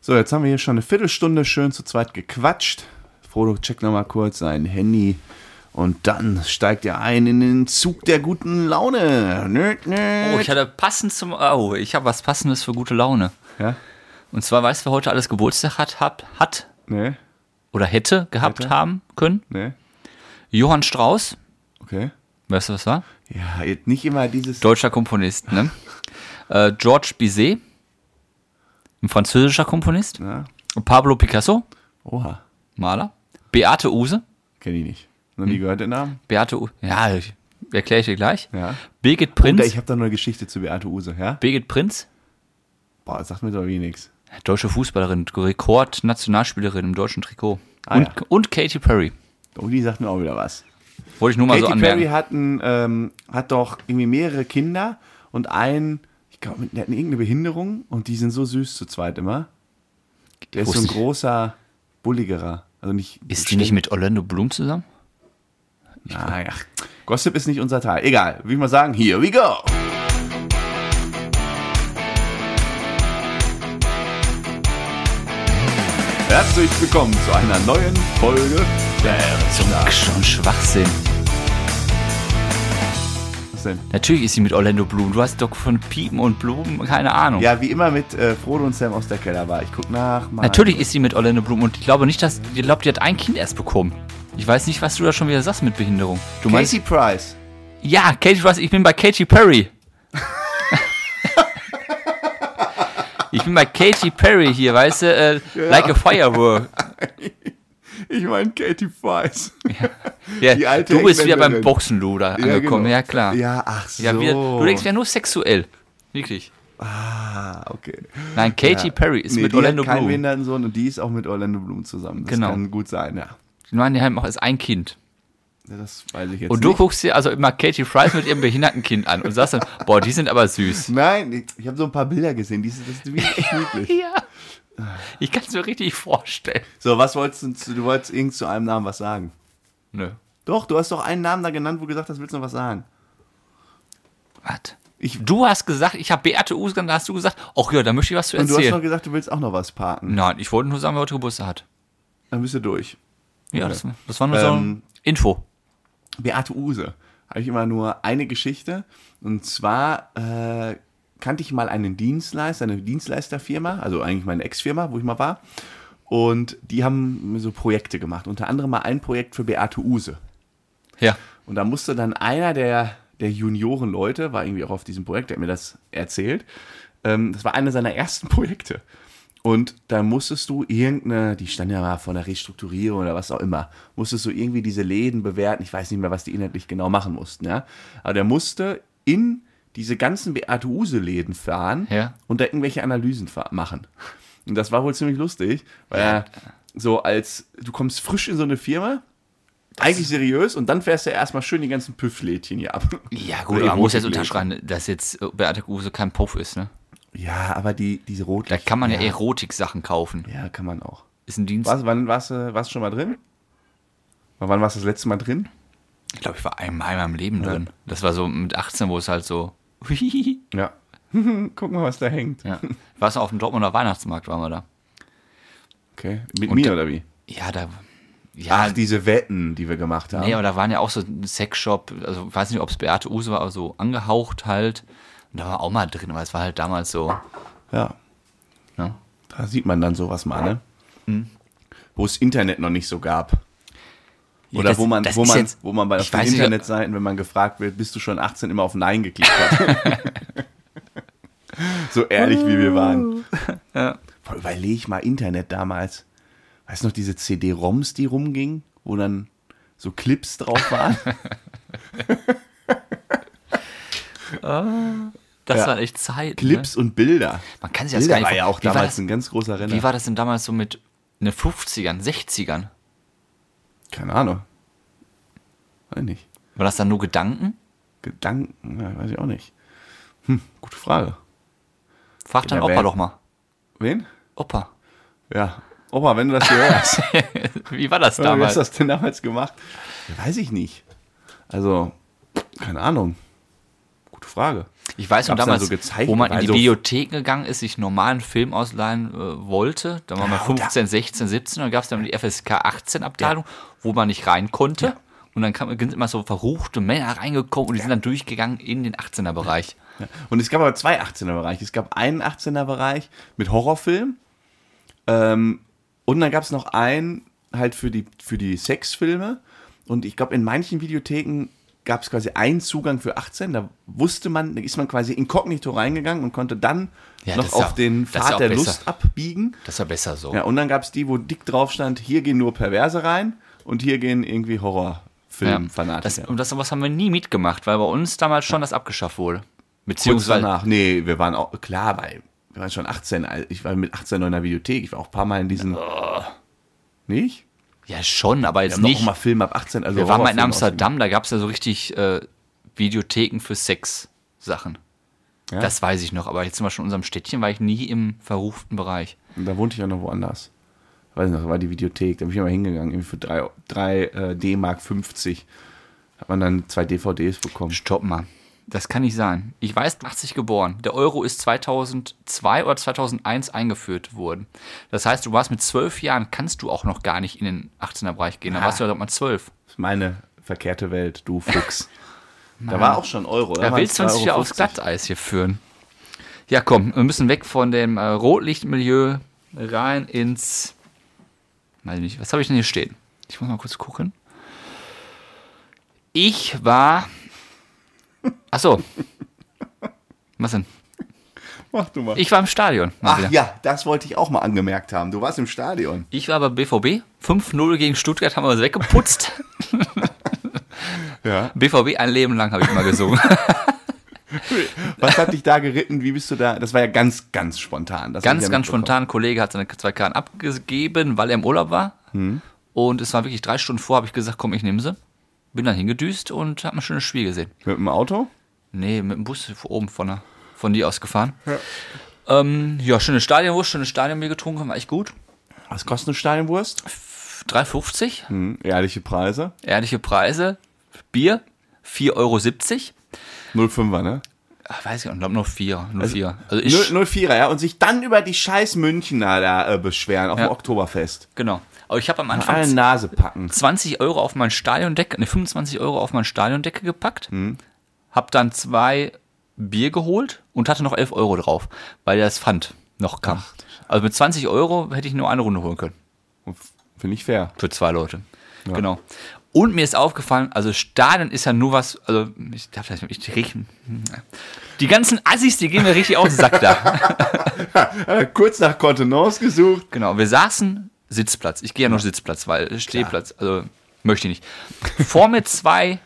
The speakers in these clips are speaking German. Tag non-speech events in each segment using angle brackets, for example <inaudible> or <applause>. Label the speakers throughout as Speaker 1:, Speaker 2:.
Speaker 1: So, jetzt haben wir hier schon eine Viertelstunde schön zu zweit gequatscht. Frodo checkt nochmal kurz sein Handy. Und dann steigt er ein in den Zug der guten Laune. Nöt, nöt.
Speaker 2: Oh, ich hatte passend zum. Oh, ich habe was Passendes für gute Laune.
Speaker 1: Ja?
Speaker 2: Und zwar, weißt du, wer heute alles Geburtstag hat, hat, hat
Speaker 1: Nee?
Speaker 2: oder hätte gehabt
Speaker 1: Hätte?
Speaker 2: haben können?
Speaker 1: Nee?
Speaker 2: Johann Strauss.
Speaker 1: Okay.
Speaker 2: Weißt du, was war?
Speaker 1: Ja, jetzt nicht immer dieses.
Speaker 2: Deutscher
Speaker 1: <laughs>
Speaker 2: Komponist, ne? äh, Georges Bizet. Ein französischer Komponist.
Speaker 1: Ja.
Speaker 2: Pablo Picasso,
Speaker 1: Oha.
Speaker 2: Maler. Beate Use.
Speaker 1: Kenne ich nicht. Noch
Speaker 2: Hm.
Speaker 1: nie gehört den Namen?
Speaker 2: Beate Use. Ja, ich- erkläre ich dir gleich.
Speaker 1: Ja.
Speaker 2: Birgit Prinz.
Speaker 1: Oder ich habe da nur eine Geschichte zu Beate Use, ja?
Speaker 2: Birgit Prinz.
Speaker 1: Boah, sagt mir doch wie nix.
Speaker 2: Deutsche Fußballerin, Rekord-Nationalspielerin im deutschen Trikot.
Speaker 1: Ah,
Speaker 2: und,
Speaker 1: ja.
Speaker 2: und Katy Perry.
Speaker 1: Oh, die sagt mir auch wieder was.
Speaker 2: Wollte ich nur mal so
Speaker 1: Katy
Speaker 2: anmerken.
Speaker 1: Perry hat, ein, ähm, hat doch irgendwie mehrere Kinder und einen, ich glaube, der hat irgendeine Behinderung und die sind so süß zu zweit immer. Der ist so ein
Speaker 2: Wusste ich.
Speaker 1: großer, bulligerer. Also nicht.
Speaker 2: Ist die nicht mit Orlando Bloom zusammen?
Speaker 1: Ah, ja. Gossip ist nicht unser Teil. Egal, will ich mal sagen, here we go. Herzlich willkommen zu einer neuen Folge.
Speaker 2: Schon Schwachsinn.
Speaker 1: Was denn?
Speaker 2: Natürlich ist sie mit Orlando Bloom. Du hast doch von Piepen und Blumen keine Ahnung.
Speaker 1: Ja, wie immer mit äh, Frodo und Sam aus der Keller war. Ich guck nach. Mann.
Speaker 2: Natürlich ist sie mit Orlando Bloom und ich glaube nicht, dass. Ich glaube, die hat ein Kind erst bekommen. Ich weiß nicht, was du da schon wieder sagst mit Behinderung. Du meinst.
Speaker 1: Casey Price.
Speaker 2: Ja, Katy, was? Ich bin bei
Speaker 1: <laughs>
Speaker 2: Katy Perry. ich bin bei Katy Perry hier, weißt du? Äh, Like a Firework.
Speaker 1: Ich meine Katie Price.
Speaker 2: Ja,
Speaker 1: Die alte
Speaker 2: du bist wieder beim
Speaker 1: Engländerin.
Speaker 2: Boxenluder angekommen,
Speaker 1: genau.
Speaker 2: ja klar. Ja,
Speaker 1: Ja, ach so.
Speaker 2: wieder, du denkst ja nur sexuell. Wirklich.
Speaker 1: ah, okay.
Speaker 2: Nein, Katy Perry ist
Speaker 1: Nee,
Speaker 2: mit
Speaker 1: die
Speaker 2: Orlando
Speaker 1: hat keinen
Speaker 2: Bloom.
Speaker 1: behinderten Sohn und die ist auch mit Orlando Bloom zusammen. Das
Speaker 2: Genau.
Speaker 1: kann gut sein, ja.
Speaker 2: Nein, die haben auch erst ein Kind.
Speaker 1: Das weiß ich jetzt
Speaker 2: Und du
Speaker 1: nicht.
Speaker 2: guckst dir also immer Katy Price mit ihrem behinderten Kind an und sagst dann, boah, die sind
Speaker 1: <laughs>
Speaker 2: aber süß.
Speaker 1: Nein, ich, ich habe so ein paar Bilder gesehen. Die sind, das ist wirklich
Speaker 2: <laughs>
Speaker 1: niedlich.
Speaker 2: Ja. Ich kann es mir richtig vorstellen.
Speaker 1: So, was wolltest du? zu- Du wolltest irgend zu einem Namen was sagen.
Speaker 2: Nö.
Speaker 1: Doch, du hast doch einen Namen da genannt, wo du gesagt hast, willst du noch was sagen.
Speaker 2: Was?
Speaker 1: Ich, und
Speaker 2: Du hast gesagt, ich habe Beate Usgan, da hast du gesagt, ach ja, da möchte ich was zu
Speaker 1: du hast noch
Speaker 2: erzählen.
Speaker 1: gesagt, du willst auch noch was parken.
Speaker 2: Nein, ich wollte nur sagen, wer heute Geburtstag hat.
Speaker 1: Dann bist du durch.
Speaker 2: Ja,
Speaker 1: Okay.
Speaker 2: das, das war nur
Speaker 1: Ähm,
Speaker 2: so ein Info.
Speaker 1: Beate Use. Habe ich immer nur eine Geschichte. Und zwar äh, kannte ich mal einen Dienstleister, eine Dienstleisterfirma, also eigentlich meine Ex-Firma, wo ich mal war. Und die haben so Projekte gemacht. Unter anderem mal ein Projekt für Beate Use.
Speaker 2: Ja.
Speaker 1: Und da musste dann einer der, der Juniorenleute, war irgendwie auch auf diesem Projekt, der hat mir das erzählt. Ähm, das war einer seiner ersten <laughs> Projekte. Und da musstest du irgendeine, die stand ja mal von der Restrukturierung oder was auch immer, musstest du irgendwie diese Läden bewerten. Ich weiß nicht mehr, was die inhaltlich genau machen mussten. Ja? Aber der musste in diese ganzen Beate-Use-Läden fahren
Speaker 2: Ja.
Speaker 1: und da irgendwelche Analysen fa- machen. Und das war wohl ziemlich lustig, weil er so als, du kommst frisch in so eine Firma, eigentlich seriös und dann fährst du erstmal schön die ganzen Püfflädchen hier ab.
Speaker 2: Ja, gut,
Speaker 1: Oder
Speaker 2: man Äh, muss jetzt
Speaker 1: Erotikläden.
Speaker 2: unterschreiben, dass jetzt Beate Use kein Puff ist, ne?
Speaker 1: Ja, aber die, diese roten.
Speaker 2: Da kann man ja, eh- Erotik-Sachen kaufen.
Speaker 1: Ja, kann man auch.
Speaker 2: Ist ein Dienst.
Speaker 1: Was, wann warst du warst du schon mal drin? Wann warst du das letzte Mal drin?
Speaker 2: Ich glaube, ich war einmal in meinem Leben drin. Das war so mit 18, wo es halt <laughs> so. ja.
Speaker 1: Ja. <laughs> Guck mal, was da hängt.
Speaker 2: Warst du auf dem Dortmunder Weihnachtsmarkt, waren wir da?
Speaker 1: Okay. Mit
Speaker 2: Und
Speaker 1: mir
Speaker 2: da-
Speaker 1: oder wie?
Speaker 2: Ja, da. Ja,
Speaker 1: Ach, diese Wetten, die wir gemacht haben.
Speaker 2: nee, aber da waren ja auch so ein Sexshop, also ich weiß nicht, ob es Beate Use war, aber so angehaucht halt. Und da war auch mal drin, aber es war halt damals so.
Speaker 1: ja.
Speaker 2: Ne?
Speaker 1: Da sieht man dann sowas mal, ne?
Speaker 2: Mhm.
Speaker 1: Wo es Internet noch nicht so gab.
Speaker 2: Ja,
Speaker 1: Oder
Speaker 2: das-
Speaker 1: wo man,
Speaker 2: das
Speaker 1: wo
Speaker 2: ist
Speaker 1: man,
Speaker 2: jetzt-
Speaker 1: wo man bei
Speaker 2: ich
Speaker 1: auf den
Speaker 2: weiß nicht, ob-
Speaker 1: Internetseiten, wenn man gefragt wird, bist du schon 18 immer auf Nein geklickt hat.
Speaker 2: <laughs>
Speaker 1: so ehrlich wie wir
Speaker 2: Uh.
Speaker 1: waren. Boah, überleg ich mal Internet damals. Weißt du noch diese CD-ROMs, die rumgingen, wo dann so Clips drauf
Speaker 2: <laughs>
Speaker 1: waren?
Speaker 2: Das
Speaker 1: Ja.
Speaker 2: war echt ne? Zeit.
Speaker 1: Clips und Bilder.
Speaker 2: Ne? Man kann sich das
Speaker 1: Bilder
Speaker 2: gar nicht
Speaker 1: war
Speaker 2: vor-
Speaker 1: ja auch
Speaker 2: wie war
Speaker 1: damals
Speaker 2: das-
Speaker 1: ein ganz großer Renner.
Speaker 2: Wie war das denn damals so mit ne, den 50ern, 60ern?
Speaker 1: Keine Ahnung. Weiß nicht.
Speaker 2: War das dann nur Gedanken?
Speaker 1: Gedanken, ja, weiß ich auch nicht. Hm, gute Frage.
Speaker 2: Frag deinen
Speaker 1: Ja, wer-
Speaker 2: Opa doch mal.
Speaker 1: Wen?
Speaker 2: Opa. <laughs>
Speaker 1: Ja. Opa, wenn du das hier hörst.
Speaker 2: Wie war das
Speaker 1: Oder Wie hast
Speaker 2: damals?
Speaker 1: du das denn damals gemacht? Ja, weiß ich nicht. Also, keine Ahnung. Gute Frage.
Speaker 2: Ich weiß noch
Speaker 1: Gab's dann
Speaker 2: damals,
Speaker 1: so gezeichnet-
Speaker 2: wo man in die
Speaker 1: also-
Speaker 2: Bibliothek gegangen ist, sich einen normalen Film ausleihen äh, wollte. Da war man
Speaker 1: Ja, und da-
Speaker 2: 15, 16, 17. Dann gab es dann die FSK 18 Abteilung, wo man nicht rein konnte. Und dann kam, sind immer so verruchte Männer reingekommen und die sind dann durchgegangen in den 18er Bereich.
Speaker 1: Ja. Und es gab aber zwei 18er-Bereiche. Es gab einen 18er-Bereich mit Horrorfilm. Ähm, und dann gab es noch einen halt für die, für die Sexfilme. Und ich glaube, in manchen Videotheken gab es quasi einen Zugang für 18. Da wusste man, da ist man quasi inkognito reingegangen und konnte dann
Speaker 2: Ja, das
Speaker 1: noch
Speaker 2: ist ja-
Speaker 1: auf den
Speaker 2: das ist ja auch
Speaker 1: Pfad der
Speaker 2: besser.
Speaker 1: Lust abbiegen.
Speaker 2: Das war besser so.
Speaker 1: Ja, und dann gab es die, wo dick drauf stand, hier gehen nur Perverse rein und hier gehen irgendwie
Speaker 2: das,
Speaker 1: Horrorfilm-Fanatiker.
Speaker 2: und das sowas haben wir nie mitgemacht, weil bei uns damals schon das abgeschafft wurde.
Speaker 1: Kurz
Speaker 2: Beziehungsweise,
Speaker 1: danach, nee, wir waren auch, klar, weil wir waren schon 18, alt. ich war mit 18 noch in der Videothek, ich war auch ein paar Mal in diesen, nicht?
Speaker 2: ja schon, aber
Speaker 1: Wir
Speaker 2: jetzt
Speaker 1: haben auch
Speaker 2: Oh. nicht.
Speaker 1: mal Film ab 18, also
Speaker 2: Wir waren mal in
Speaker 1: Horrorfilme
Speaker 2: Amsterdam, da gab es ja so richtig äh, Videotheken für Sex-Sachen.
Speaker 1: Ja.
Speaker 2: Das weiß ich noch, aber jetzt zum Beispiel in unserem Städtchen war ich nie im verruften Bereich.
Speaker 1: Und da wohnte ich ja noch woanders. Weiß nicht, das war die Videothek, da bin ich immer hingegangen, irgendwie für 3, drei äh, D-Mark 50 hat man dann zwei DVDs bekommen.
Speaker 2: Stopp mal. Das kann nicht sein. Ich weiß, 80 geboren. Der Euro ist 2002 oder 2001 eingeführt worden. Das heißt, du warst mit zwölf Jahren, kannst du auch noch gar nicht in den 18er-Bereich gehen. Da
Speaker 1: Ah.
Speaker 2: warst du ja doch mal zwölf.
Speaker 1: Das ist meine verkehrte Welt, du Fuchs.
Speaker 2: <laughs>
Speaker 1: da war auch schon Euro, oder?
Speaker 2: Da willst du uns hier aufs
Speaker 1: 2,50 Euro.
Speaker 2: Glatteis hier führen. Ja, komm, wir müssen weg von dem äh, Rotlichtmilieu rein ins. Weiß ich nicht, was habe ich denn hier stehen? Ich muss mal kurz gucken. Ich war. Achso. Was denn?
Speaker 1: Mach du mal.
Speaker 2: Ich war im Stadion. mal wieder.
Speaker 1: Ach ja, das wollte ich auch mal angemerkt haben. Du warst im Stadion.
Speaker 2: Ich war bei BVB. 5-0 gegen Stuttgart haben wir uns weggeputzt.
Speaker 1: <laughs> Ja.
Speaker 2: BVB ein Leben lang habe ich mal gesungen.
Speaker 1: Was hat dich da geritten? Wie bist du da? Das war ja ganz, ganz spontan. Das hab ich
Speaker 2: ganz,
Speaker 1: ja
Speaker 2: ganz
Speaker 1: mitbekommen.
Speaker 2: spontan. Ein Kollege hat seine zwei Karten abgegeben, weil er im Urlaub war. Und es war wirklich drei Stunden vor, habe ich gesagt, komm, ich nehme sie. Bin dann hingedüst und habe ein schönes Spiel gesehen.
Speaker 1: Mit dem Auto?
Speaker 2: Nee, mit dem Bus von oben von, der, von dir aus gefahren. Ja, ähm, ja schönes Stadionwurst, schönes Stadionbier getrunken, war echt gut.
Speaker 1: Was kostet eine Steinwurst?
Speaker 2: 3,50,
Speaker 1: Hm, ehrliche Preise.
Speaker 2: ehrliche Preise. Bier, 4,70 Euro.
Speaker 1: 05er, ne?
Speaker 2: Ach, weiß ich auch, ich glaube nur 4. Nur vier. Also ich,
Speaker 1: 0- 04er, ja. Und sich dann über die scheiß Münchner da äh, beschweren auf
Speaker 2: Ja.
Speaker 1: dem Oktoberfest.
Speaker 2: genau. Aber ich habe am
Speaker 1: An alle
Speaker 2: Anfang
Speaker 1: Nase packen.
Speaker 2: 20 Euro auf mein Stadiondecke, ne, 25 Euro auf mein Stadiondecke gepackt, hab dann zwei Bier geholt und hatte noch 11 Euro drauf, weil das Pfand noch kam. Also mit 20 Euro hätte ich nur eine Runde holen können
Speaker 1: Finde ich fair.
Speaker 2: für zwei Leute. Genau. Und mir ist aufgefallen, also Stadion ist ja nur was, also ich darf das nicht ich riechen. Die ganzen Assis, die gehen mir richtig auf den Sack da.
Speaker 1: Äh, kurz nach Contenance gesucht.
Speaker 2: Genau, wir saßen Sitzplatz. Ich gehe ja nur Sitzplatz, weil Stehplatz, also möchte ich nicht. Vor mir zwei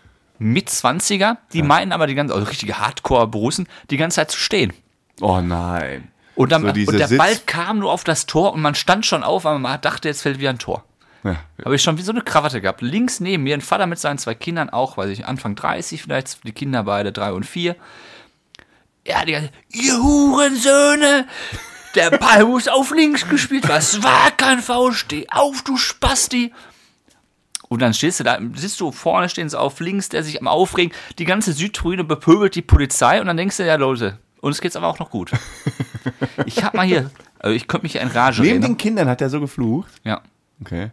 Speaker 2: Mitzwanziger, die meinten aber die ganze, also richtige Hardcore-Brusen, die ganze Zeit zu stehen.
Speaker 1: Oh nein.
Speaker 2: Und, dann,
Speaker 1: So diese
Speaker 2: und der
Speaker 1: Sitz-
Speaker 2: Ball kam nur auf das Tor und man stand schon auf, aber man dachte, jetzt fällt wieder ein Tor.
Speaker 1: Ja.
Speaker 2: Habe ich schon wie so eine Krawatte gehabt. Links neben mir ein Vater mit seinen zwei Kindern, auch, weiß ich, Anfang 30 vielleicht, die Kinder beide, drei und vier. Ja, die ganze, ihr Hurensöhne, der Ball muss auf links gespielt, was war kein Foul, steh auf, du Spasti. Und dann stehst du da, sitzt du vorne, stehen sie auf links, der sich am Aufregen, die ganze Südtribüne bepöbelt die Polizei und dann denkst du, ja Leute, uns geht's aber auch noch gut. Ich hab mal hier, also ich könnte mich ja in Rage
Speaker 1: Neben
Speaker 2: reden.
Speaker 1: den Kindern hat er so geflucht.
Speaker 2: Ja.
Speaker 1: Okay.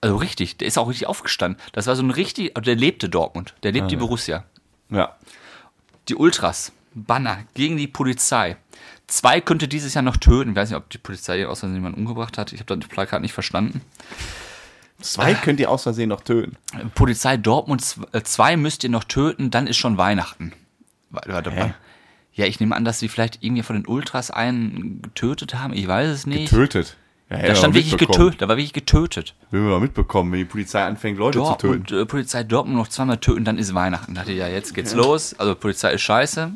Speaker 2: Also richtig, der ist auch richtig aufgestanden. Das war so ein richtig, aber der lebte Dortmund, der lebt die Borussia.
Speaker 1: Ja.
Speaker 2: Die Ultras, Banner gegen die Polizei. Zwei könnte dieses Jahr noch töten. Ich weiß nicht, ob die Polizei aus Versehen jemanden umgebracht hat. Ich habe das Plakat nicht verstanden.
Speaker 1: Zwei
Speaker 2: Ah.
Speaker 1: könnt ihr aus Versehen noch töten.
Speaker 2: Polizei Dortmund 2 müsst ihr noch töten, dann ist schon Weihnachten. Warte, warte, warte. Ja, ich nehme an, dass sie vielleicht irgendwie von den Ultras einen getötet haben. Ich weiß es nicht.
Speaker 1: Tötet. Ja, hätte
Speaker 2: Da
Speaker 1: man
Speaker 2: stand wirklich
Speaker 1: mitbekommen.
Speaker 2: getötet. Da war wirklich getötet.
Speaker 1: Will man mal mitbekommen, wenn die Polizei anfängt, Leute zu töten.
Speaker 2: Dortmund, äh, Polizei Dortmund noch zweimal töten, dann ist Weihnachten. Da dachte ich, ja, jetzt geht's los. Also Polizei ist scheiße.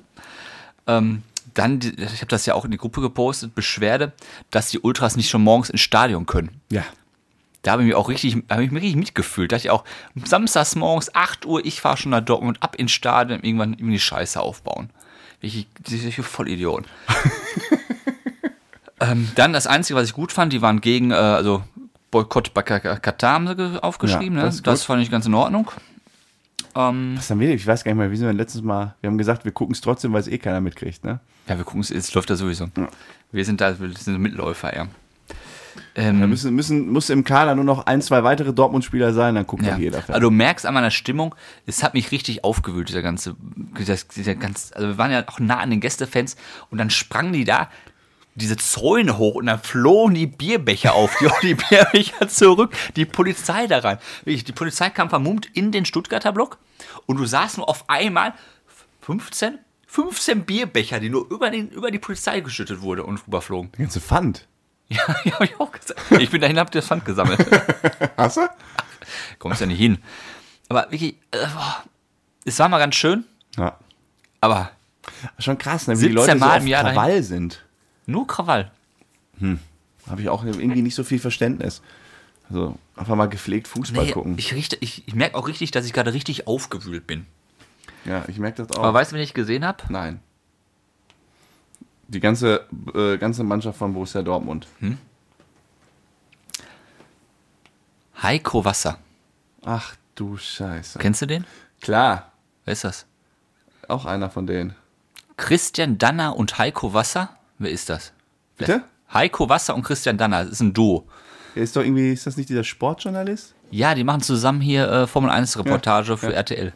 Speaker 2: Ähm, dann, die- ich habe das ja auch in die Gruppe gepostet, Beschwerde, dass die Ultras nicht schon morgens ins Stadion können.
Speaker 1: Ja.
Speaker 2: Da habe ich mich auch richtig, habe ich mich richtig mitgefühlt. Da dachte ich auch, samstags morgens 8 Uhr, ich fahre schon nach Dortmund ab ins Stadion, irgendwann irgendwie die Scheiße aufbauen. Welche,
Speaker 1: <laughs>
Speaker 2: solche Vollidioten. ähm, dann das Einzige, was ich gut fand, die waren gegen, äh, also Boykott bei Ka- Ka- Katar haben sie ge- aufgeschrieben,
Speaker 1: Ja,
Speaker 2: ne?
Speaker 1: das ist
Speaker 2: das
Speaker 1: gut.
Speaker 2: fand ich ganz in Ordnung. Ähm,
Speaker 1: Was haben wir denn? Ich weiß gar nicht mehr, wie sind wir denn letztes Mal? Wir haben gesagt, wir gucken es trotzdem, weil es eh keiner mitkriegt, ne?
Speaker 2: ja, wir gucken es, jetzt läuft das sowieso. Wir sind da, wir sind Mitläufer, ja.
Speaker 1: Da
Speaker 2: Ähm,
Speaker 1: müssen, müssen, muss im Kader nur noch ein, zwei weitere Dortmund-Spieler sein, dann guckt
Speaker 2: ja.
Speaker 1: doch jeder.
Speaker 2: Also du merkst an meiner Stimmung, es hat mich richtig aufgewühlt, dieser ganze, dieser, dieser ganz, also wir waren ja auch nah an den Gästefans und dann sprangen die da diese Zäune hoch und dann flohen die Bierbecher auf, die, <laughs> die Bierbecher zurück, die Polizei da rein. Wirklich, Die Polizei kam vermummt in den Stuttgarter Block und du saßt nur auf einmal 15, 15 Bierbecher, die nur über, den, über die Polizei geschüttet wurde und rüberflogen. <laughs>
Speaker 1: Der ganze Pfand.
Speaker 2: Ja, ja, hab ich auch gesagt. Ich bin dahin, hab das Pfand gesammelt.
Speaker 1: Hast du?
Speaker 2: Kommst ja nicht hin. Aber wirklich, äh, boah, es war mal ganz schön,
Speaker 1: Ja.
Speaker 2: aber
Speaker 1: Schon krass, ne, wie die
Speaker 2: 17
Speaker 1: Leute so
Speaker 2: Mal
Speaker 1: auf
Speaker 2: im Jahr dahin.
Speaker 1: Krawall sind.
Speaker 2: nur Krawall.
Speaker 1: Habe ich auch irgendwie nicht so viel Verständnis. Also einfach mal gepflegt Fußball
Speaker 2: Nee,
Speaker 1: gucken.
Speaker 2: ich, richte- ich, ich merke auch richtig, dass ich gerade richtig aufgewühlt bin.
Speaker 1: ja, ich merke das
Speaker 2: Aber
Speaker 1: auch.
Speaker 2: weißt du, wen ich gesehen habe?
Speaker 1: Nein. Die ganze, äh, ganze Mannschaft von Borussia Dortmund.
Speaker 2: Heiko Wasser.
Speaker 1: Ach du Scheiße.
Speaker 2: Kennst du den?
Speaker 1: Klar,
Speaker 2: Wer ist das?
Speaker 1: auch einer von denen.
Speaker 2: Christian Danner und Heiko Wasser? Wer ist das?
Speaker 1: Bitte?
Speaker 2: Heiko Wasser und Christian Danner, das ist ein Duo.
Speaker 1: Der Ist doch irgendwie, ist das nicht dieser Sportjournalist?
Speaker 2: Ja, die machen zusammen hier äh, Formel 1 Reportage für RTL.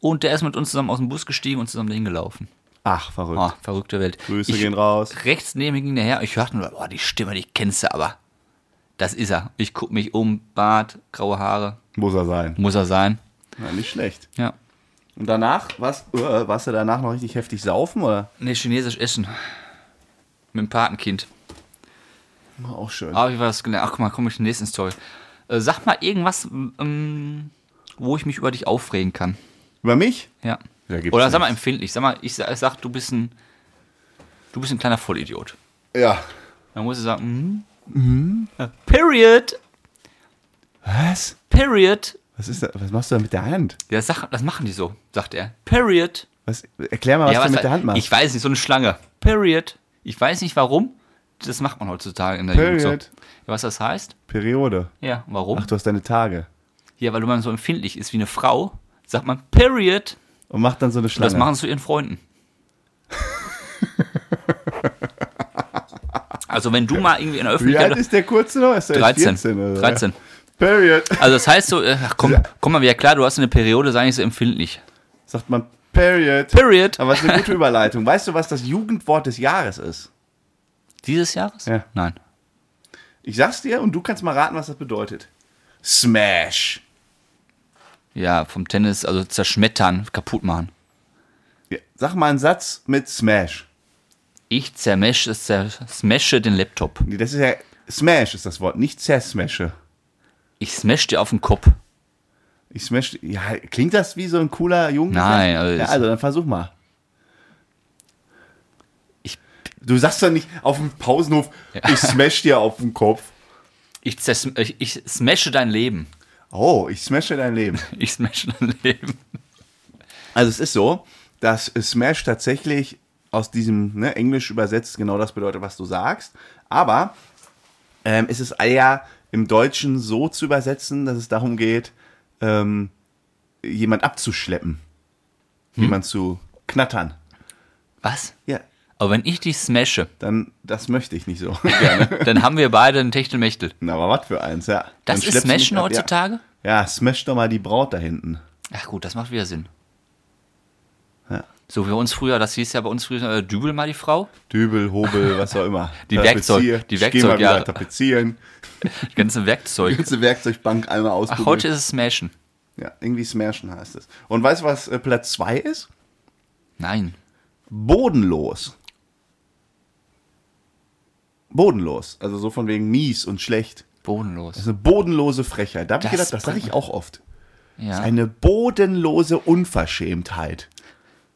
Speaker 2: Und der ist mit uns zusammen aus dem Bus gestiegen und zusammen dahin gelaufen.
Speaker 1: Ach, verrückt.
Speaker 2: Oh, verrückte Welt.
Speaker 1: Grüße
Speaker 2: ich,
Speaker 1: gehen raus.
Speaker 2: Rechts neben mir ging der her. Ich hörte nur, boah, die Stimme, die kennst du aber. Das ist er. Ich guck mich um, Bart, graue Haare.
Speaker 1: Muss er sein.
Speaker 2: Muss er sein.
Speaker 1: Na, nicht schlecht.
Speaker 2: Ja.
Speaker 1: Und danach, was, äh, warst du danach noch richtig heftig saufen oder?
Speaker 2: Nee, chinesisch essen. Mit dem Patenkind.
Speaker 1: Auch schön.
Speaker 2: Aber ich was gelernt. Ach, guck mal, komm ich zur nächsten Story. Äh, sag mal irgendwas, ähm, wo ich mich über dich aufregen kann.
Speaker 1: Über mich?
Speaker 2: Ja.
Speaker 1: Ja, gibt's
Speaker 2: Oder sag mal
Speaker 1: nichts.
Speaker 2: empfindlich. Sag mal, ich sag, ich sag du bist ein, du bist ein kleiner Vollidiot.
Speaker 1: Ja.
Speaker 2: Dann muss ich sagen, mhm. Mhm. Ja, Period.
Speaker 1: Was?
Speaker 2: Period.
Speaker 1: Was ist da, was machst du da mit der Hand?
Speaker 2: Ja, sag, das machen die so, sagt er. Period.
Speaker 1: Was, erklär mal, was
Speaker 2: ja,
Speaker 1: du mit der Hand machst.
Speaker 2: Ich weiß nicht, so eine Schlange. Period. Ich weiß nicht warum. Das macht man heutzutage in der Jugend
Speaker 1: Period.
Speaker 2: so. Ja, was das heißt?
Speaker 1: Periode.
Speaker 2: Ja, warum?
Speaker 1: Ach, du hast deine Tage.
Speaker 2: Ja, weil man so empfindlich ist wie eine Frau, sagt man Period.
Speaker 1: Und mach dann so eine
Speaker 2: Und
Speaker 1: Schlange.
Speaker 2: das machen sie zu
Speaker 1: <laughs>
Speaker 2: ihren Freunden. also wenn du mal irgendwie in der
Speaker 1: Wie alt
Speaker 2: Öffentlichkeit...
Speaker 1: ist der kurze noch? Ist der
Speaker 2: 13.
Speaker 1: 14 oder so?
Speaker 2: 13.
Speaker 1: Period.
Speaker 2: Also das heißt so, äh, ach komm, komm mal wieder klar, du hast eine Periode, sei nicht so empfindlich.
Speaker 1: Sagt man Period.
Speaker 2: Period.
Speaker 1: Aber es ist eine gute Überleitung. Weißt du, was das Jugendwort des Jahres ist?
Speaker 2: Dieses Jahres?
Speaker 1: Ja.
Speaker 2: Nein.
Speaker 1: Ich sag's dir und du kannst mal raten, was das bedeutet. Smash.
Speaker 2: Ja, vom Tennis, also zerschmettern, kaputt machen.
Speaker 1: Ja, sag mal einen Satz mit Smash.
Speaker 2: Ich zermesche, zersmashe den Laptop.
Speaker 1: Nee, Das ist ja Smash ist das Wort, nicht zersmashe.
Speaker 2: Ich smash dir auf den Kopf.
Speaker 1: Ich smash. Ja, klingt das wie so ein cooler Jugend?
Speaker 2: Nein, also
Speaker 1: ja,
Speaker 2: ist-
Speaker 1: also dann versuch mal.
Speaker 2: Ich-
Speaker 1: du sagst doch nicht auf dem Pausenhof, ich smash dir auf den Kopf.
Speaker 2: Ich, zers ich, ich smashe dein Leben. <laughs>
Speaker 1: Oh, ich smashe dein Leben.
Speaker 2: Ich smashe dein Leben.
Speaker 1: Also es ist so, dass Smash tatsächlich aus diesem ne, Englisch übersetzt genau das bedeutet, was du sagst. Aber ähm, es ist eher im Deutschen so zu übersetzen, dass es darum geht, ähm, jemand abzuschleppen,
Speaker 2: Hm?
Speaker 1: jemand zu knattern.
Speaker 2: Was?
Speaker 1: Ja,
Speaker 2: Aber wenn ich dich smashe,
Speaker 1: dann das möchte ich nicht so <laughs> gerne.
Speaker 2: dann haben wir beide einen Techtelmechtel.
Speaker 1: Na, aber was für eins, ja.
Speaker 2: Das
Speaker 1: Dann
Speaker 2: ist
Speaker 1: schleppst du mich
Speaker 2: Smashen
Speaker 1: ab,
Speaker 2: heutzutage?
Speaker 1: Ja. ja, smash doch mal die Braut da hinten.
Speaker 2: Ach gut, das macht wieder Sinn.
Speaker 1: Ja.
Speaker 2: So wie bei uns früher, das hieß ja bei uns früher äh, Dübel mal die Frau.
Speaker 1: Dübel, Hobel, was auch immer.
Speaker 2: Die Werkzeug- die
Speaker 1: Ich geh mal wieder
Speaker 2: Werkzeugjahre.
Speaker 1: Tapezieren.
Speaker 2: Das
Speaker 1: <laughs>
Speaker 2: ganze Werkzeug.
Speaker 1: ganze Werkzeugbank einmal
Speaker 2: Ach,
Speaker 1: ausprobieren.
Speaker 2: heute ist es Smashen.
Speaker 1: ja, irgendwie Smashen heißt es. Und weißt du, was äh, Platz 2 ist?
Speaker 2: Nein.
Speaker 1: Bodenlos. Bodenlos. Also so von wegen mies und schlecht. Das
Speaker 2: Bodenlos.
Speaker 1: ist eine bodenlose Frechheit. Da habe ich
Speaker 2: Das
Speaker 1: gedacht, das sage ich auch oft. Das ist
Speaker 2: Ja.
Speaker 1: eine bodenlose Unverschämtheit.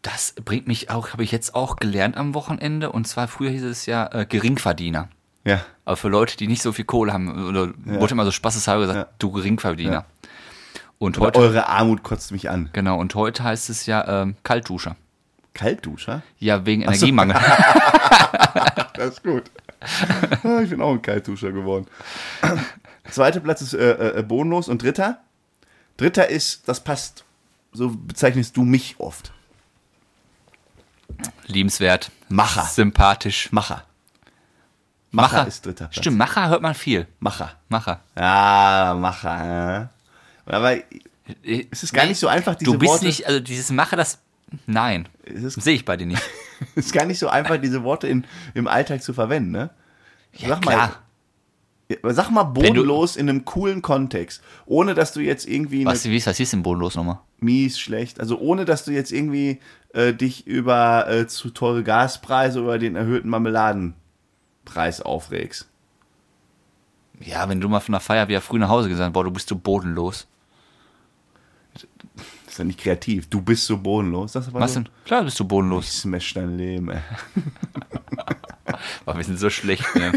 Speaker 2: Das bringt mich auch, habe ich jetzt auch gelernt am Wochenende. Und zwar früher hieß es ja äh, Geringverdiener.
Speaker 1: Ja.
Speaker 2: Aber für Leute, die nicht so viel Kohle haben, oder wurde immer so spaßeshalber gesagt,
Speaker 1: Ja.
Speaker 2: du Geringverdiener. Und heute,
Speaker 1: Eure Armut kotzt mich an.
Speaker 2: genau, und heute heißt es ja ähm, Kaltduscher.
Speaker 1: Kaltduscher?
Speaker 2: Ja, wegen Energiemangel. <laughs>
Speaker 1: Das ist gut. Ah, Ich bin auch ein Kaltduscher geworden. <clears throat> äh, Zweiter Platz ist äh, äh, bodenlos und dritter. Dritter ist, das passt So bezeichnest du mich oft.
Speaker 2: Liebenswert.
Speaker 1: Macher.
Speaker 2: Sympathisch.
Speaker 1: Macher.
Speaker 2: Macher,
Speaker 1: ist dritter Platz.
Speaker 2: Stimmt, Macher hört man viel.
Speaker 1: Macher.
Speaker 2: Macher.
Speaker 1: Ja, Macher. Ja. Aber es ist gar nicht so einfach, diese
Speaker 2: Äh, Du bist
Speaker 1: Worte.
Speaker 2: nicht, also dieses Macher, das. Nein.
Speaker 1: es ist, <laughs>
Speaker 2: Sehe ich bei dir nicht. <laughs>
Speaker 1: es ist gar nicht so einfach, diese Worte in, im Alltag zu verwenden, ne? sag mal,
Speaker 2: Klar.
Speaker 1: Ja, aber Sag mal
Speaker 2: du-
Speaker 1: bodenlos in einem coolen Kontext. Ohne dass du jetzt irgendwie eine
Speaker 2: Was, wie ist das? Hier ist im Bodenlos nochmal.
Speaker 1: mies schlecht, also ohne dass du jetzt irgendwie äh, dich über äh, zu teure Gaspreise oder den erhöhten Marmeladenpreis aufregst.
Speaker 2: Ja, wenn du mal von der Feier wieder früh nach Hause gesagt hast, boah, du bist so bodenlos.
Speaker 1: Das ist ja nicht kreativ. Du bist so bodenlos. Das ist aber
Speaker 2: Was
Speaker 1: so,
Speaker 2: denn? Klar bist du bodenlos.
Speaker 1: Ich smash dein Leben, ey. <laughs>
Speaker 2: Boah, wir sind so schlecht, <laughs> ne?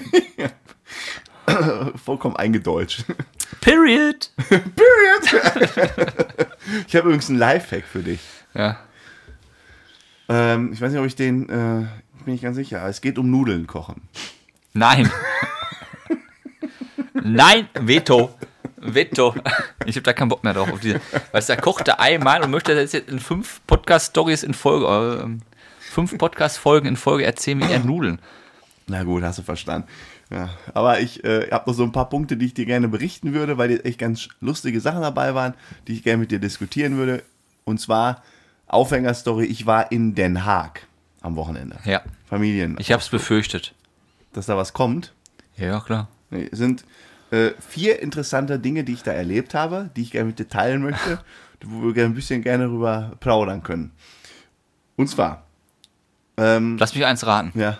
Speaker 1: Vollkommen eingedeutscht.
Speaker 2: <laughs> Period!
Speaker 1: Ich habe übrigens einen Lifehack für dich.
Speaker 2: Ja.
Speaker 1: Ähm, ich weiß nicht, ob ich den. Äh, bin ich ganz sicher. Es geht um Nudeln kochen.
Speaker 2: Nein! Nein! Veto! Veto! Ich hab da keinen Bock mehr drauf. Auf diese. Weißt du, er kochte einmal und möchte das jetzt in fünf Podcast-Stories in Folge, äh, ähm, fünf Podcast-Folgen in Folge erzählen, wie er Nudeln.
Speaker 1: Na gut, hast du verstanden. Ja, aber ich äh, habe noch so ein paar Punkte, die ich dir gerne berichten würde, weil jetzt echt ganz lustige Sachen dabei waren, die ich gerne mit dir diskutieren würde. Und zwar Aufhängerstory: Ich war in Den Haag am Wochenende.
Speaker 2: Ja.
Speaker 1: Familien.
Speaker 2: Ich hab's befürchtet.
Speaker 1: dass da was kommt.
Speaker 2: Ja, klar.
Speaker 1: Nee, es sind äh, vier interessante Dinge, die ich da erlebt habe, die ich gerne mit dir teilen
Speaker 2: <laughs>
Speaker 1: möchte, wo wir gerne ein bisschen gerne drüber plaudern können. Und zwar, ähm,
Speaker 2: Lass mich eins raten.
Speaker 1: ja,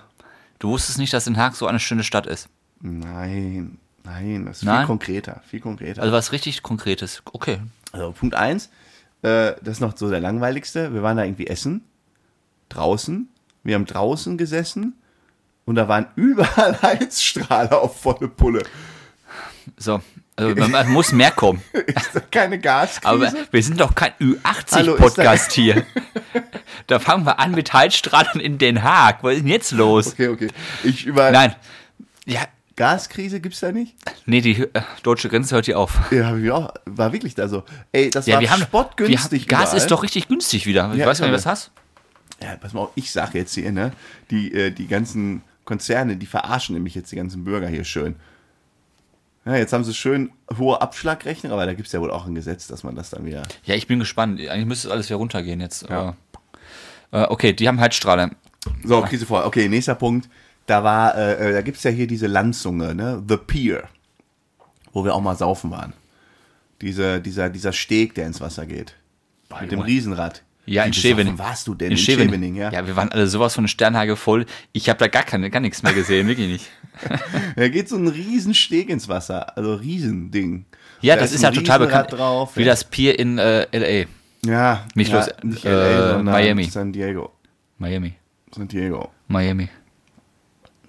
Speaker 2: Du wusstest nicht, dass Den Haag so eine schöne Stadt ist.
Speaker 1: nein, nein, das ist viel
Speaker 2: Nein?
Speaker 1: konkreter, viel konkreter.
Speaker 2: Also was richtig Konkretes. Okay.
Speaker 1: Also Punkt eins, äh, das ist noch so der langweiligste. Wir waren da irgendwie essen, draußen. Wir haben draußen gesessen und da waren <laughs> überall Heizstrahler auf volle Pulle.
Speaker 2: So. Also man, man muss mehr kommen.
Speaker 1: Ist da
Speaker 2: <laughs>
Speaker 1: keine Gaskrise? <laughs>
Speaker 2: Aber wir sind doch kein
Speaker 1: Hallo, ist
Speaker 2: Ü80-Podcast hier. Da fangen wir an mit Heizstrahlen in Den Haag. Was ist denn jetzt los?
Speaker 1: okay, okay. Ich über
Speaker 2: Nein. Ja,
Speaker 1: Gaskrise gibt's da nicht?
Speaker 2: nee, die äh, deutsche Grenze hört hier auf.
Speaker 1: Ja, hab ich auch, war wirklich da so. Ey, das
Speaker 2: Ja,
Speaker 1: war
Speaker 2: wir haben
Speaker 1: spottgünstig.
Speaker 2: Wir haben, Gas
Speaker 1: überall.
Speaker 2: ist doch richtig günstig wieder. Ich
Speaker 1: Ja,
Speaker 2: weiß gar nicht,
Speaker 1: irre.
Speaker 2: was hast.
Speaker 1: Ja, pass mal auf, ich sag jetzt hier, ne? Die, äh, die ganzen Konzerne, die verarschen nämlich jetzt die ganzen Bürger hier schön. Ja, jetzt haben sie schön hohe Abschlagrechnung, aber da gibt's ja wohl auch ein Gesetz, dass man das dann wieder.
Speaker 2: Ja, ich bin gespannt. Eigentlich müsste es alles wieder runtergehen jetzt. aber- Äh, okay, die haben Heizstrahler.
Speaker 1: So, okay, so vor. Okay, nächster Punkt. Da war, äh, äh, da gibt's ja hier diese Landzunge, ne? The Pier. Wo wir auch mal saufen waren. Diese, dieser, dieser Steg, der ins Wasser geht. Mit dem
Speaker 2: Junge.
Speaker 1: Riesenrad.
Speaker 2: Ja,
Speaker 1: Wie
Speaker 2: in
Speaker 1: besoffen
Speaker 2: Scheveningen.
Speaker 1: Warst du denn?
Speaker 2: In, Scheveningen.
Speaker 1: ja.
Speaker 2: ja, wir waren alle sowas von Sternhage voll. Ich habe da gar, keine, gar nichts mehr gesehen, wirklich nicht.
Speaker 1: <laughs> Da geht so ein Riesensteg ins Wasser. Also Riesending.
Speaker 2: Ja,
Speaker 1: Da
Speaker 2: das ist, ja
Speaker 1: ein
Speaker 2: total
Speaker 1: Riesenrad
Speaker 2: bekannt.
Speaker 1: Drauf,
Speaker 2: wie
Speaker 1: ja.
Speaker 2: das Pier in äh, L.A.,
Speaker 1: Ja.
Speaker 2: Nicht
Speaker 1: ja,
Speaker 2: los-
Speaker 1: nicht
Speaker 2: äh,
Speaker 1: LA, sondern
Speaker 2: Miami.
Speaker 1: San Diego.
Speaker 2: Miami.
Speaker 1: San Diego.
Speaker 2: Miami.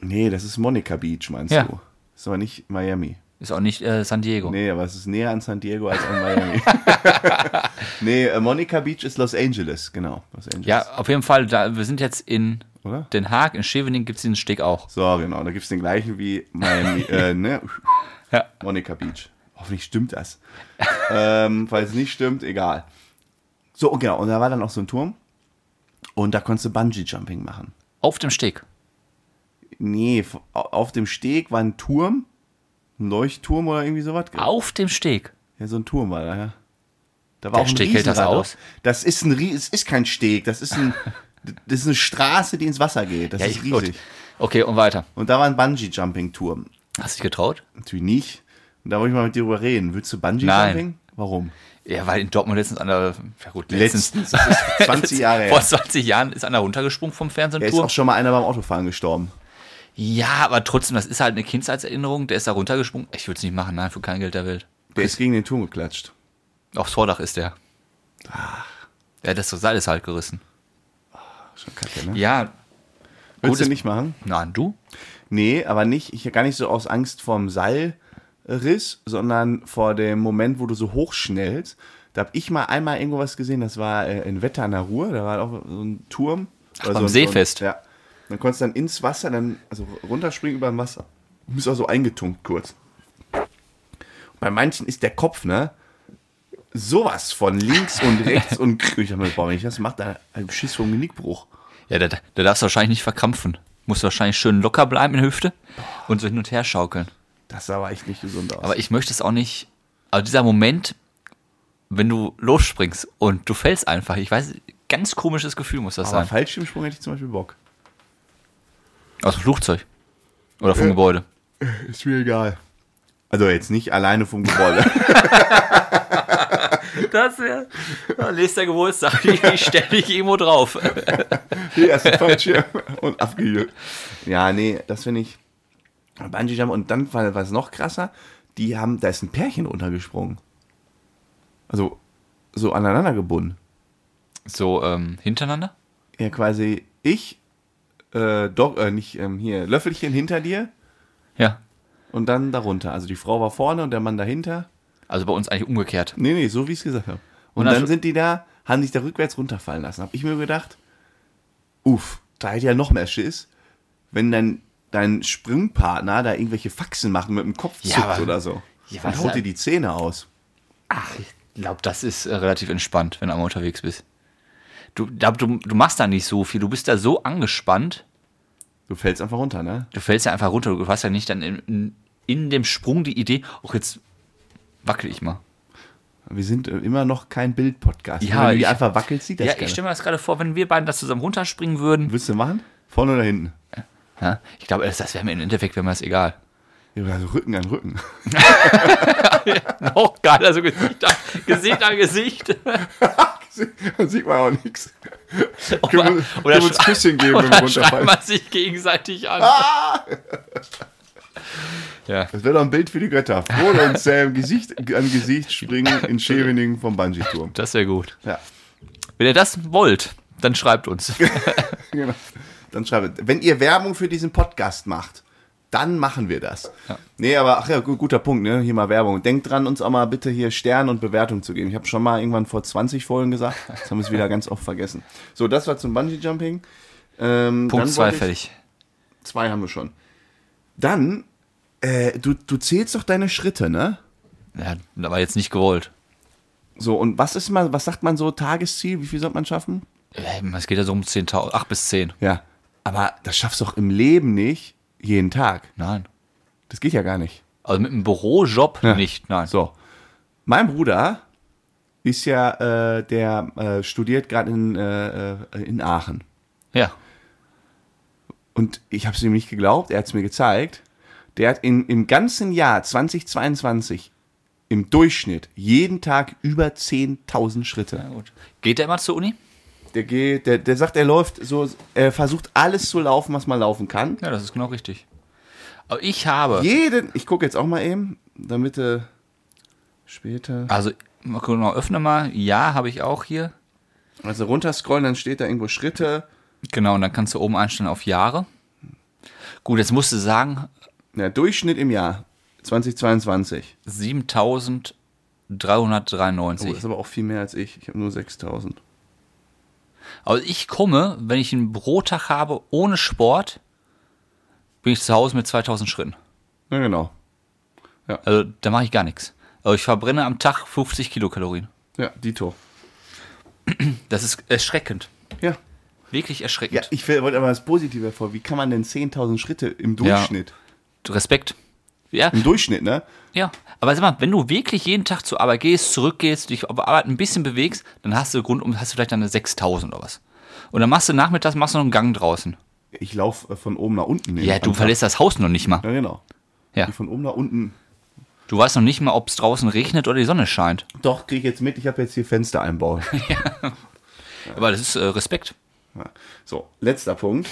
Speaker 1: Nee, das ist Monica Beach, meinst
Speaker 2: Ja.
Speaker 1: du? Ist aber nicht Miami.
Speaker 2: Ist auch nicht äh, San Diego.
Speaker 1: Nee, aber es ist näher an San Diego als
Speaker 2: <laughs>
Speaker 1: an Miami. <laughs> nee, äh, Monica Beach ist Los Angeles, genau. Los Angeles.
Speaker 2: Ja, auf jeden Fall, da, wir sind jetzt in
Speaker 1: Oder?
Speaker 2: Den Haag, in Scheveningen gibt es diesen Steg auch.
Speaker 1: So, genau. Da gibt es den gleichen wie
Speaker 2: <laughs>
Speaker 1: Miami, äh, ne?
Speaker 2: Ja.
Speaker 1: Monica Beach. Hoffentlich stimmt das. ähm, falls es nicht stimmt, egal. So, und genau. Und da war dann auch so ein Turm. Und da konntest du Bungee-Jumping machen.
Speaker 2: Auf dem Steg.
Speaker 1: Nee, f- au- auf dem Steg war ein Turm. Ein Leuchtturm oder irgendwie sowas.
Speaker 2: Auf dem Steg.
Speaker 1: Ja, so ein Turm war da, ja. Da war
Speaker 2: Der
Speaker 1: auch ein
Speaker 2: Steg hält das
Speaker 1: Riesenrad
Speaker 2: aus?
Speaker 1: drauf. Das ist ein Rie es ist kein Steg, das ist ein <laughs> das ist eine Straße, die ins Wasser geht. Das ist
Speaker 2: gut.
Speaker 1: riesig.
Speaker 2: Okay, und weiter.
Speaker 1: Und da war ein Bungee Jumping Turm.
Speaker 2: Hast du dich getraut?
Speaker 1: Natürlich nicht. Und da wollte ich mal mit dir drüber reden. Willst du Bungee Jumping?
Speaker 2: Nein.
Speaker 1: Warum?
Speaker 2: Ja, weil in Dortmund letztens einer, ja gut, letztens,
Speaker 1: Letztens, das ist
Speaker 2: <laughs>
Speaker 1: 20 Jahre
Speaker 2: vor
Speaker 1: her.
Speaker 2: 20 Jahren ist einer runtergesprungen vom
Speaker 1: Er ist auch
Speaker 2: Fernsehturm.
Speaker 1: schon mal einer beim Autofahren gestorben.
Speaker 2: Ja, aber trotzdem, das ist halt eine Kindheitserinnerung, der ist da runtergesprungen. Ich würde es nicht machen, nein, für kein Geld der Welt.
Speaker 1: Der ist gegen den Turm geklatscht.
Speaker 2: Aufs Vordach ist der. Ja, das Seil ist halt gerissen.
Speaker 1: Schon kacke, ne?
Speaker 2: Ja,
Speaker 1: Willst du
Speaker 2: gutes-
Speaker 1: nicht machen?
Speaker 2: nein, du?
Speaker 1: Nee, aber nicht, ich gar nicht so aus Angst vorm Seilriss, sondern vor dem Moment, wo du so hochschnellst. Da hab ich mal einmal irgendwo was gesehen, das war äh, in Wetter an der Ruhr, da war auch so ein Turm. Oder
Speaker 2: beim
Speaker 1: so ein-
Speaker 2: Seefest.
Speaker 1: So ein, ja. Dann konntest du dann ins Wasser, dann also runterspringen über dem Wasser. Du bist auch so eingetunkt kurz. Bei manchen ist der Kopf, ne? sowas von links und rechts und ich dachte mir, boah, wenn ich das mache, dann hab ich Schiss vom Genickbruch.
Speaker 2: Ja, da, da darfst du wahrscheinlich nicht verkrampfen. Musst du wahrscheinlich schön locker bleiben in der Hüfte und so hin und her schaukeln.
Speaker 1: Das sah aber echt nicht gesund aus.
Speaker 2: Aber ich möchte es auch nicht. Aber dieser Moment, wenn du losspringst und du fällst einfach, ich weiß, ganz komisches Gefühl muss das
Speaker 1: aber
Speaker 2: sein.
Speaker 1: Fallschirmsprung hätte ich zum Beispiel Bock.
Speaker 2: Aus dem Flugzeug. Oder vom Gebäude.
Speaker 1: Ist mir egal. Also jetzt nicht alleine vom Gebäude. <laughs>
Speaker 2: Das wäre. Nächster Geburtstag. <laughs> Ich stelle dich irgendwo drauf.
Speaker 1: Die erste Fallschirm und abgehielt. Ja, nee, das finde ich. Bungee Jump und dann war war es noch krasser. Die haben, da ist ein Pärchen runtergesprungen. Also so aneinander gebunden.
Speaker 2: So, ähm, hintereinander?
Speaker 1: Ja, quasi ich, äh, Doc, äh, nicht ähm, hier, Löffelchen hinter dir
Speaker 2: Ja.
Speaker 1: und dann darunter. Also die Frau war vorne und der Mann dahinter.
Speaker 2: Also bei uns eigentlich umgekehrt.
Speaker 1: Nee, nee, so wie ich es gesagt habe. Und,
Speaker 2: Und
Speaker 1: dann
Speaker 2: hast-
Speaker 1: sind die da, haben sich da rückwärts runterfallen lassen. Habe ich mir gedacht, uff, da hätte ja noch mehr Schiss, wenn dein, dein Springpartner da irgendwelche Faxen macht und mit dem Kopf
Speaker 2: Ja,
Speaker 1: zuckt
Speaker 2: aber-
Speaker 1: oder so.
Speaker 2: Ja,
Speaker 1: dann
Speaker 2: was
Speaker 1: haut
Speaker 2: da-
Speaker 1: dir die Zähne aus.
Speaker 2: Ach, ich glaube, das ist äh, relativ entspannt, wenn du einmal unterwegs bist. Du, da, du, du machst da nicht so viel. Du bist da so angespannt.
Speaker 1: Du fällst einfach runter, ne?
Speaker 2: Du fällst ja einfach runter. Du hast ja nicht dann in, in, in dem Sprung die Idee, auch jetzt wackel ich mal.
Speaker 1: Wir sind äh, immer noch kein Bild-Podcast.
Speaker 2: Ja,
Speaker 1: Wenn du die
Speaker 2: ich-
Speaker 1: einfach wackelt, sieht das
Speaker 2: ja,
Speaker 1: keiner.
Speaker 2: ich stelle mir das gerade vor, wenn wir beiden das zusammen runterspringen würden.
Speaker 1: Willst du machen? Vorne oder hinten?
Speaker 2: Ja, ich glaube, das wäre mir im Endeffekt, wäre mir das egal.
Speaker 1: Ja, Also Rücken an Rücken. <laughs>
Speaker 2: Auch geil, also Gesicht an Gesicht. An
Speaker 1: <laughs>
Speaker 2: Gesicht.
Speaker 1: da sieht man auch nichts.
Speaker 2: Oder,
Speaker 1: Können wir-
Speaker 2: oder,
Speaker 1: können wir uns
Speaker 2: schla-
Speaker 1: Küsschen geben, wenn wir
Speaker 2: <laughs> oder
Speaker 1: runterfallen? Ah!
Speaker 2: schreibt man sich gegenseitig an. <laughs> Ja.
Speaker 1: Das wäre doch ein Bild für die Götter. Frodo und Sam Gesicht an Gesicht springen in Scheveningen vom Bungee-Turm.
Speaker 2: Das wäre gut.
Speaker 1: Ja.
Speaker 2: Wenn ihr das wollt, dann schreibt uns.
Speaker 1: <laughs> Genau. Dann schreibt, wenn ihr Werbung für diesen Podcast macht, dann machen wir das. Nee, aber ach ja, gu- guter Punkt, ne? Hier mal Werbung. Denkt dran, uns auch mal bitte hier Sterne und Bewertung zu geben. Ich habe schon mal irgendwann vor 20 Folgen gesagt, das haben wir es wieder ganz oft vergessen. So, das war zum Bungee Jumping. Ähm,
Speaker 2: Punkt
Speaker 1: dann
Speaker 2: 2
Speaker 1: wollte ich-
Speaker 2: fertig.
Speaker 1: Zwei haben wir schon. Dann, äh, du, du zählst doch deine Schritte, ne?
Speaker 2: Ja, da war jetzt nicht gewollt.
Speaker 1: So, und was ist mal, was sagt man so, Tagesziel? Wie viel sollte man schaffen?
Speaker 2: Ähm, Es geht ja so um 10.000, 8 bis 10.
Speaker 1: Ja. Aber das schaffst du doch im Leben nicht jeden Tag.
Speaker 2: Nein.
Speaker 1: Das geht ja gar nicht.
Speaker 2: Also mit einem Bürojob nicht, nein.
Speaker 1: So. Mein Bruder ist ja, äh, der äh, studiert gerade in, äh, äh, in Aachen.
Speaker 2: Ja.
Speaker 1: Und ich habe es ihm nicht geglaubt, er hat es mir gezeigt. Der hat in, im ganzen Jahr 2022 im Durchschnitt jeden Tag über 10.000 Schritte.
Speaker 2: Na gut. Geht der immer zur Uni?
Speaker 1: Der geht, der, der sagt, er läuft so, er versucht alles zu laufen, was man laufen kann.
Speaker 2: Ja, das ist genau richtig. Aber ich habe,
Speaker 1: Jeden, ich gucke jetzt auch mal eben, damit äh, später.
Speaker 2: also mal gucken, mal, öffne mal. Ja, habe ich auch hier.
Speaker 1: Also runterscrollen, dann steht da irgendwo Schritte.
Speaker 2: Genau, und dann kannst du oben einstellen auf Jahre. Gut, jetzt musst du sagen,
Speaker 1: Ja, Durchschnitt im Jahr 2022.
Speaker 2: 7393.
Speaker 1: Oh, das ist aber auch viel mehr als ich. Ich habe nur 6000.
Speaker 2: Also ich komme, wenn ich einen Bürotag habe ohne Sport, bin ich zu Hause mit 2000 Schritten.
Speaker 1: Na genau.
Speaker 2: Also da mache ich gar nichts. Also ich verbrenne am Tag 50 Kilokalorien.
Speaker 1: Ja, Dito.
Speaker 2: Das ist erschreckend.
Speaker 1: Ja.
Speaker 2: Wirklich
Speaker 1: Ja,
Speaker 2: erschreckend.
Speaker 1: ich will- wollte aber das Positive hervor. Wie kann man denn 10.000 Schritte im Durchschnitt?
Speaker 2: Respekt. Ja,
Speaker 1: Im Durchschnitt, ne?
Speaker 2: ja. Aber sag mal, wenn du wirklich jeden Tag zur Arbeit gehst, zurückgehst, dich auf Arbeit ein bisschen bewegst, dann hast du Grund, um- hast du vielleicht dann eine 6000 oder was. Und dann machst du nachmittags machst du noch einen Gang draußen.
Speaker 1: Ich laufe äh, von oben nach unten.
Speaker 2: Ja, du verlässt das Haus noch nicht mal.
Speaker 1: Ja, genau.
Speaker 2: Ja.
Speaker 1: Ich Von oben nach unten.
Speaker 2: Du weißt noch nicht mal, ob es draußen regnet oder die Sonne scheint.
Speaker 1: Doch, krieg ich jetzt mit. Ich habe jetzt hier Fenster
Speaker 2: <laughs>
Speaker 1: einbauen.
Speaker 2: Aber das ist äh, Respekt.
Speaker 1: Ja. so, letzter Punkt.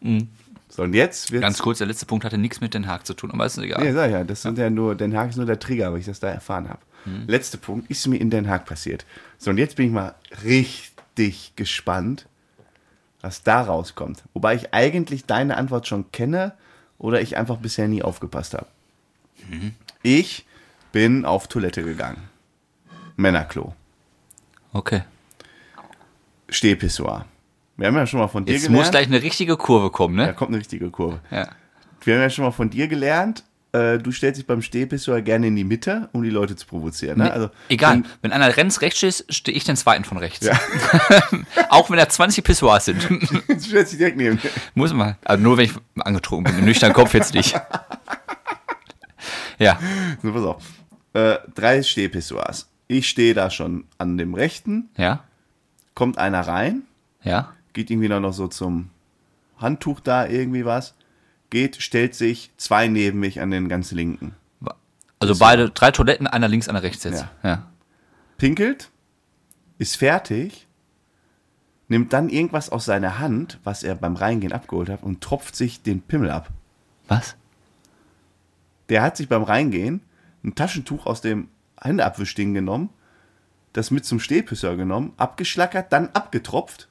Speaker 2: Mhm.
Speaker 1: So, und jetzt wird
Speaker 2: Ganz kurz, der letzte Punkt hatte nichts mit Den Haag zu tun, aber ist egal.
Speaker 1: Nee, sag ich ja, das sind ja nur, Den Haag ist nur der Trigger, weil ich das da erfahren habe.
Speaker 2: Mhm.
Speaker 1: Letzter Punkt, ist mir in Den Haag passiert. So, und jetzt bin ich mal richtig gespannt, was da rauskommt. Wobei ich eigentlich deine Antwort schon kenne oder ich einfach bisher nie aufgepasst habe.
Speaker 2: Mhm.
Speaker 1: Ich bin auf Toilette gegangen. Männerklo.
Speaker 2: Okay.
Speaker 1: Stehpissoir. Wir haben ja schon mal von dir
Speaker 2: Jetzt muss
Speaker 1: gelernt.
Speaker 2: gleich eine richtige Kurve kommen,
Speaker 1: da
Speaker 2: ne?
Speaker 1: kommt eine richtige Kurve.
Speaker 2: Ja.
Speaker 1: Wir haben ja schon mal von dir gelernt, äh, du stellst dich beim Stehpissoir gerne in die Mitte, um die Leute zu provozieren. Ne? Also,
Speaker 2: Egal, wenn einer rennt rechts ist, stehe ich den zweiten von rechts. <laughs> Auch wenn da 20 Pissoirs
Speaker 1: <laughs>
Speaker 2: sind.
Speaker 1: du stellst dich direkt neben.
Speaker 2: Muss man. Also nur wenn ich angetrunken bin, im nüchternen Kopf jetzt nicht. Ja,
Speaker 1: So, pass auf. Äh, drei Stehpissoirs. Ich stehe da schon an dem rechten,
Speaker 2: ja,
Speaker 1: kommt einer rein,
Speaker 2: ja,
Speaker 1: geht irgendwie dann noch so zum Handtuch da irgendwie was, geht, stellt sich zwei neben mich an den ganz linken,
Speaker 2: also beide, drei Toiletten, einer links, einer rechts jetzt. Ja.
Speaker 1: pinkelt, ist fertig, nimmt dann irgendwas aus seiner Hand, was er beim Reingehen abgeholt hat, und tropft sich den Pimmel ab.
Speaker 2: Was?
Speaker 1: Der hat sich beim Reingehen ein Taschentuch aus dem Händeabwischding genommen, das mit zum Stehpisser genommen, abgeschlackert, dann abgetropft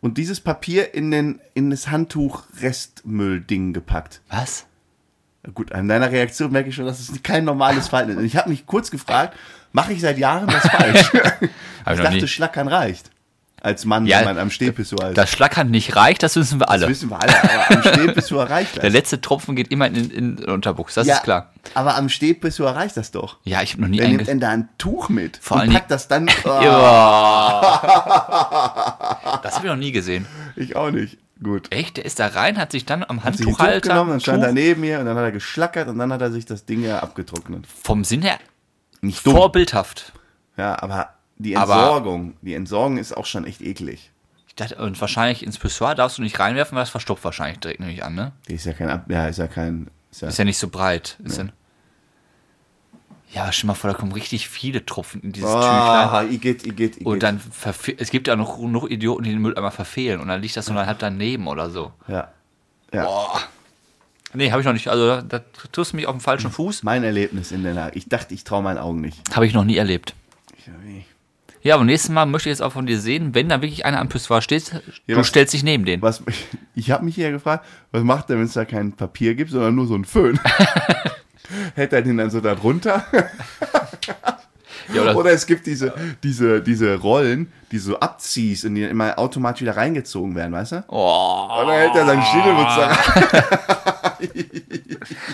Speaker 1: und dieses Papier in, den, in das Handtuch-Restmüll-Ding gepackt.
Speaker 2: Was?
Speaker 1: Gut, an deiner Reaktion merke ich schon, dass es kein normales Verhalten ist. Und ich habe mich kurz gefragt, mache ich seit Jahren
Speaker 2: <laughs>
Speaker 1: was falsch?
Speaker 2: Hab
Speaker 1: ich
Speaker 2: ich noch nie.
Speaker 1: dachte, Schlackern reicht. Als Mann,
Speaker 2: Ja,
Speaker 1: wenn man am Stehpissoir ist.
Speaker 2: Das Schlackern nicht reicht, das wissen wir
Speaker 1: Das
Speaker 2: alle.
Speaker 1: wissen wir alle, aber am Stehpissoir reicht das.
Speaker 2: Der letzte Tropfen geht immer in, in den Unterbuchs, das ist klar.
Speaker 1: Aber am Stehpissoir reicht das doch.
Speaker 2: Ja, ich habe noch nie
Speaker 1: Wer nimmt
Speaker 2: eingeschlafen.
Speaker 1: denn da ein Tuch mit
Speaker 2: Vor allen
Speaker 1: und packt das
Speaker 2: <laughs>
Speaker 1: dann? Oh,
Speaker 2: <laughs> Das habe ich noch nie gesehen.
Speaker 1: Ich auch nicht. Gut.
Speaker 2: Echt? Der ist da rein, hat sich dann am
Speaker 1: Hat sich ein Tuch
Speaker 2: Handtuchhalter
Speaker 1: genommen, dann stand er
Speaker 2: Tuch,
Speaker 1: neben mir und dann hat er geschlackert und dann hat er sich das Ding ja abgetrocknet.
Speaker 2: vom Sinn her
Speaker 1: Nicht dumm.
Speaker 2: vorbildhaft.
Speaker 1: Ja, aber die
Speaker 2: Aber-
Speaker 1: Entsorgung, die Entsorgung ist auch schon echt eklig.
Speaker 2: Ich dachte, und wahrscheinlich ins Pissoir darfst du nicht reinwerfen, weil das verstopft wahrscheinlich direkt, nehme ich an, ne?
Speaker 1: Die ist ja kein, Ab ja, ist ja kein, ist ja
Speaker 2: Ist ja nicht so breit. Ist ja. ja, stell mal vor, da kommen richtig viele Tropfen in dieses Tüchlein.
Speaker 1: Ah, igitt, igitt, igitt.
Speaker 2: Und dann, verfe- es gibt ja noch genug Idioten, die den Mülleimer verfehlen. Und dann liegt das nur halb daneben oder so.
Speaker 1: ja. Ja.
Speaker 2: Boah. Nee, habe ich noch nicht. Also, da tust du mich auf den falschen Fuß.
Speaker 1: Mein Erlebnis in der Nacht. Ich dachte, ich traue meinen Augen nicht.
Speaker 2: Habe ich noch nie erlebt.
Speaker 1: Ich, nee.
Speaker 2: Ja, aber nächstes Mal möchte ich jetzt auch von dir sehen, wenn da wirklich einer am Pissoir steht, du
Speaker 1: was-
Speaker 2: stellst dich neben den.
Speaker 1: Was, ich habe mich hier gefragt, was macht er, wenn es da kein Papier gibt, sondern nur so einen
Speaker 2: <laughs>
Speaker 1: Föhn? Hält er den dann so da drunter?
Speaker 2: Ja, oder,
Speaker 1: Oder es gibt diese, diese, diese Rollen, die so abziehst und die dann immer automatisch wieder reingezogen werden, weißt du?
Speaker 2: oh,
Speaker 1: Oder hält er seinen Schädelwitz da rein?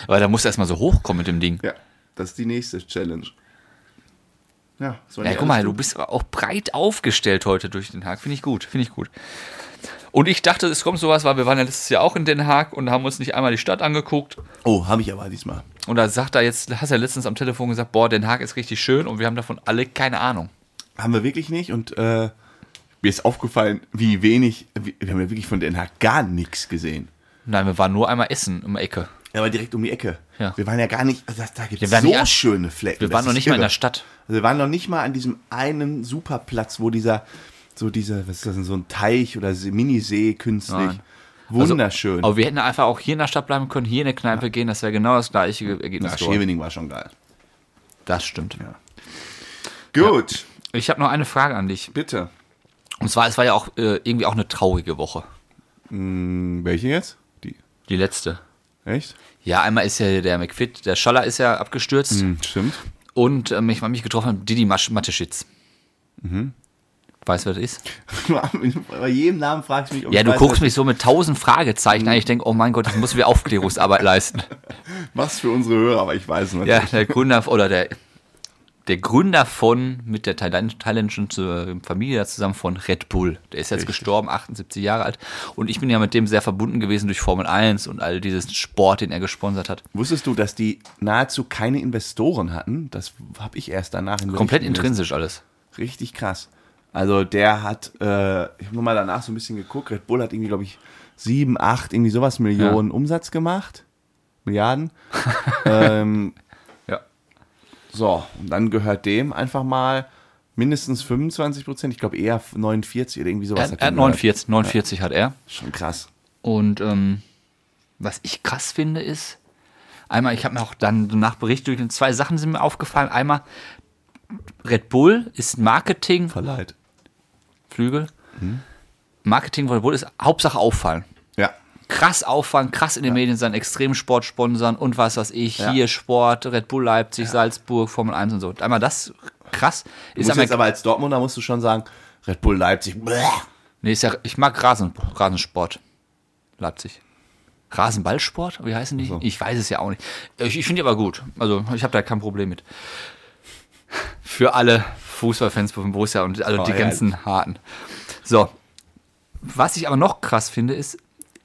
Speaker 2: aber da musst du erstmal so hochkommen mit dem Ding.
Speaker 1: Ja, das ist die nächste Challenge. Ja, das war
Speaker 2: Ja,
Speaker 1: nicht
Speaker 2: guck mal,
Speaker 1: alles
Speaker 2: du bist aber auch breit aufgestellt heute durch Den Haag. Finde ich gut, finde ich gut. Und ich dachte, es kommt sowas, weil wir waren ja letztes Jahr auch in Den Haag und haben uns nicht einmal die Stadt angeguckt.
Speaker 1: Oh, habe ich aber diesmal.
Speaker 2: Und da sagt er jetzt, hast ja letztens am Telefon gesagt, boah, Den Haag ist richtig schön und wir haben davon alle keine Ahnung.
Speaker 1: Haben wir wirklich nicht und äh, mir ist aufgefallen, wie wenig, wie, wir haben ja wirklich von Den Haag gar nichts gesehen.
Speaker 2: Nein, wir waren nur einmal essen um die Ecke.
Speaker 1: Ja, aber direkt um die Ecke.
Speaker 2: Ja.
Speaker 1: Wir waren ja gar nicht, also das, da gibt es
Speaker 2: waren nicht
Speaker 1: so
Speaker 2: an-
Speaker 1: schöne Flecken.
Speaker 2: Wir
Speaker 1: das
Speaker 2: waren noch
Speaker 1: ist
Speaker 2: nicht mal in
Speaker 1: irre.
Speaker 2: der Stadt.
Speaker 1: Also wir waren noch nicht mal an diesem einen Superplatz, wo dieser, so dieser, was ist das denn, so ein Teich oder See- Minisee künstlich.
Speaker 2: Nein. Also
Speaker 1: Wunderschön.
Speaker 2: Aber wir hätten einfach auch hier in der Stadt bleiben können, hier in der Kneipe gehen, das wäre genau das gleiche Ergebnis.
Speaker 1: ja,
Speaker 2: geworden.
Speaker 1: Schevening war schon geil.
Speaker 2: das stimmt.
Speaker 1: Gut,
Speaker 2: Ich habe noch eine Frage an dich.
Speaker 1: bitte.
Speaker 2: Und zwar, es war ja auch äh, irgendwie auch eine traurige Woche.
Speaker 1: Hm, welche jetzt? Die.
Speaker 2: Die letzte.
Speaker 1: Echt?
Speaker 2: Ja, einmal ist ja der McFit, der Schaller ist ja abgestürzt
Speaker 1: Hm, stimmt.
Speaker 2: und ähm, ich habe mich getroffen mit Didi Masch- Mateschitz. Weißt du, wer das ist?
Speaker 1: <laughs> Bei jedem Namen fragst du mich, ob
Speaker 2: Ja,
Speaker 1: ich
Speaker 2: du
Speaker 1: weiß,
Speaker 2: guckst mich so mit tausend Fragezeichen an. Ich denke, oh mein Gott, ich muss wieder Aufklärungsarbeit leisten.
Speaker 1: Was für unsere Hörer, aber ich weiß nicht.
Speaker 2: Ja, der Gründer oder der, der Gründer von, mit der thailand- thailändischen zu- ähm, Familie da zusammen von Red Bull. Der ist jetzt gestorben, 78 Jahre alt. Und ich bin ja mit dem sehr verbunden gewesen durch Formel 1 und all dieses Sport, den er gesponsert hat.
Speaker 1: Wusstest du, dass die nahezu keine Investoren hatten? Das habe ich erst danach in Berichten
Speaker 2: Komplett
Speaker 1: gelesen.
Speaker 2: intrinsisch alles.
Speaker 1: Richtig krass. Also der hat, äh, ich habe nochmal danach so ein bisschen geguckt, Red Bull hat irgendwie, glaube ich, sieben, acht, irgendwie sowas Millionen Umsatz gemacht. Milliarden. ähm,
Speaker 2: Ja.
Speaker 1: so, und dann gehört dem einfach mal mindestens 25 Prozent, ich glaube eher 49 oder irgendwie sowas.
Speaker 2: Er,
Speaker 1: hat
Speaker 2: er hat
Speaker 1: dem
Speaker 2: 49, 49 hat er.
Speaker 1: gehört. Schon krass.
Speaker 2: Und ähm, was ich krass finde ist, einmal, ich habe mir auch dann nach Bericht durch zwei Sachen sind mir aufgefallen. Einmal, Red Bull ist Marketing,
Speaker 1: Verleiht.
Speaker 2: Flügel.
Speaker 1: Hm?
Speaker 2: Marketing von Red Bull ist Hauptsache auffallen.
Speaker 1: Ja.
Speaker 2: Krass auffallen, krass in den Medien sein, Extremsport sponsern und was weiß ich,
Speaker 1: Ja.
Speaker 2: hier Sport, Red Bull Leipzig, Salzburg, Formel 1 und so. Einmal das krass.
Speaker 1: Du
Speaker 2: Ist
Speaker 1: musst
Speaker 2: einmal,
Speaker 1: jetzt aber als Dortmunder musst du schon sagen, Red Bull Leipzig, bleh,
Speaker 2: nee, ist ja, ich mag Rasen, Rasensport. Leipzig. Rasenballsport? Wie heißen die?
Speaker 1: so.
Speaker 2: Ich weiß es ja auch nicht. Ich, ich finde die aber gut. Also ich habe da kein Problem mit. Für alle Fußballfans von Borussia und also
Speaker 1: Oh,
Speaker 2: die
Speaker 1: ja.
Speaker 2: ganzen Harten. So. Was ich aber noch krass finde, ist,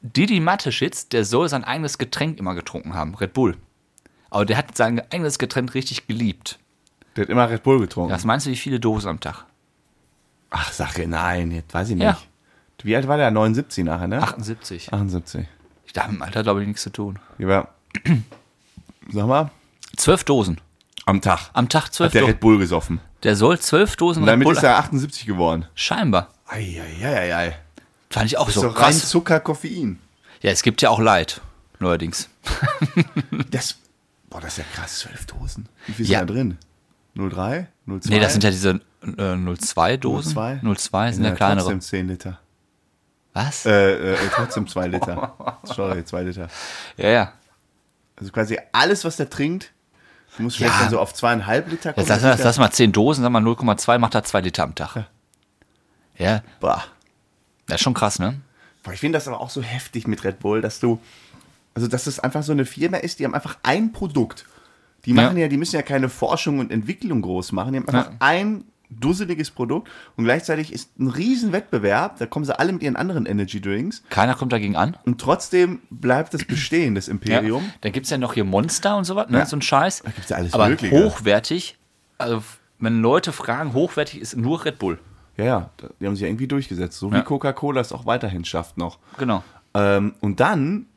Speaker 2: Didi Mateschitz, der soll sein eigenes Getränk immer getrunken haben, Red Bull. Aber der hat sein eigenes Getränk richtig geliebt.
Speaker 1: Der hat immer Red Bull getrunken.
Speaker 2: Was meinst du, wie viele Dosen am Tag?
Speaker 1: Ach, Sache, nein, jetzt weiß ich nicht.
Speaker 2: Ja.
Speaker 1: Wie alt war der? 79 nachher, ne?
Speaker 2: 78.
Speaker 1: 78.
Speaker 2: Ich dachte, im Alter glaube ich nichts zu tun.
Speaker 1: Lieber, <clears throat> sag mal,
Speaker 2: Zwölf Dosen.
Speaker 1: am Tag
Speaker 2: Am Tag zwölf
Speaker 1: hat der
Speaker 2: Dosen.
Speaker 1: Red Bull gesoffen.
Speaker 2: Der soll zwölf Dosen
Speaker 1: Und
Speaker 2: Red
Speaker 1: damit
Speaker 2: Bull.
Speaker 1: ist er 78 geworden.
Speaker 2: Scheinbar.
Speaker 1: Eieieiei.
Speaker 2: Fand ich auch
Speaker 1: So
Speaker 2: so
Speaker 1: doch rein
Speaker 2: krass.
Speaker 1: Zucker, Koffein.
Speaker 2: Ja, es gibt ja auch Leid. Neuerdings.
Speaker 1: Das, boah, das ist ja krass. 12 Dosen. Wie viel
Speaker 2: Ja.
Speaker 1: sind da drin? 03? 02?
Speaker 2: Nee, das sind ja diese äh, 02 Dosen.
Speaker 1: 02?
Speaker 2: 02 sind ja,
Speaker 1: Trotzdem
Speaker 2: kleinere.
Speaker 1: 10 Liter.
Speaker 2: Was?
Speaker 1: Äh, äh, trotzdem 2
Speaker 2: <laughs>
Speaker 1: Liter. Sorry, 2 Liter.
Speaker 2: ja, ja.
Speaker 1: Also quasi alles, was der trinkt, du musst vielleicht
Speaker 2: Ja.
Speaker 1: dann so auf zweieinhalb Liter kommen.
Speaker 2: Jetzt lass, lass, lass mal 10 Dosen, sag mal 0,2, macht da 2 Liter am Tag. Ja.
Speaker 1: Bah.
Speaker 2: das ist schon krass, ne?
Speaker 1: Boah, ich finde das aber auch so heftig mit Red Bull, dass du, also dass es einfach so eine Firma ist, die haben einfach ein Produkt. Die machen ja, die müssen ja keine Forschung und Entwicklung groß machen, die haben einfach
Speaker 2: Ja.
Speaker 1: ein dusseliges Produkt und gleichzeitig ist ein riesen Wettbewerb, da kommen sie alle mit ihren anderen Energy Drinks
Speaker 2: Keiner kommt dagegen an.
Speaker 1: und trotzdem bleibt das bestehen, das
Speaker 2: Ja.
Speaker 1: Imperium.
Speaker 2: Dann gibt es ja noch hier Monster und sowas, ne?
Speaker 1: Ja.
Speaker 2: So ein Scheiß. Da
Speaker 1: gibt's ja alles
Speaker 2: Aber
Speaker 1: Mögliche.
Speaker 2: hochwertig, also wenn Leute fragen, hochwertig ist nur Red Bull.
Speaker 1: Ja, ja, die haben sich ja irgendwie durchgesetzt, so
Speaker 2: Ja.
Speaker 1: wie Coca-Cola es auch weiterhin schafft noch.
Speaker 2: Genau.
Speaker 1: Ähm, und dann,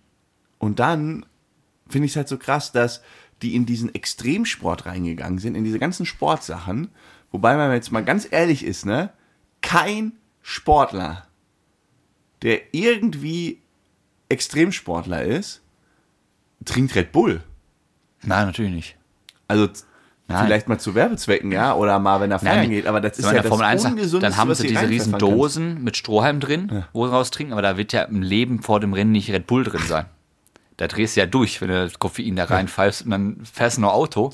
Speaker 1: und dann finde ich es halt so krass, dass die in diesen Extremsport reingegangen sind, in diese ganzen Sportsachen. Wobei man jetzt mal ganz ehrlich ist, ne? Kein Sportler, der irgendwie Extremsportler ist, trinkt Red Bull.
Speaker 2: Nein, natürlich nicht.
Speaker 1: Also z-
Speaker 2: Nein.
Speaker 1: vielleicht mal zu Werbezwecken, ja, oder mal, wenn er feiern
Speaker 2: die-
Speaker 1: geht. Aber das
Speaker 2: wenn
Speaker 1: ist ja
Speaker 2: man in der
Speaker 1: das
Speaker 2: Formel 1 sagt,
Speaker 1: Ungesundeste,
Speaker 2: Dann haben
Speaker 1: was
Speaker 2: sie
Speaker 1: dir
Speaker 2: diese riesen
Speaker 1: reinpfeffern kannst.
Speaker 2: Dosen mit Strohhalm drin, wo sie raustrinken, aber da wird ja im Leben vor dem Rennen nicht Red Bull drin sein. Da drehst du ja durch, wenn du das Koffein da reinpfeifst und dann fährst du noch
Speaker 1: <laughs>
Speaker 2: Auto.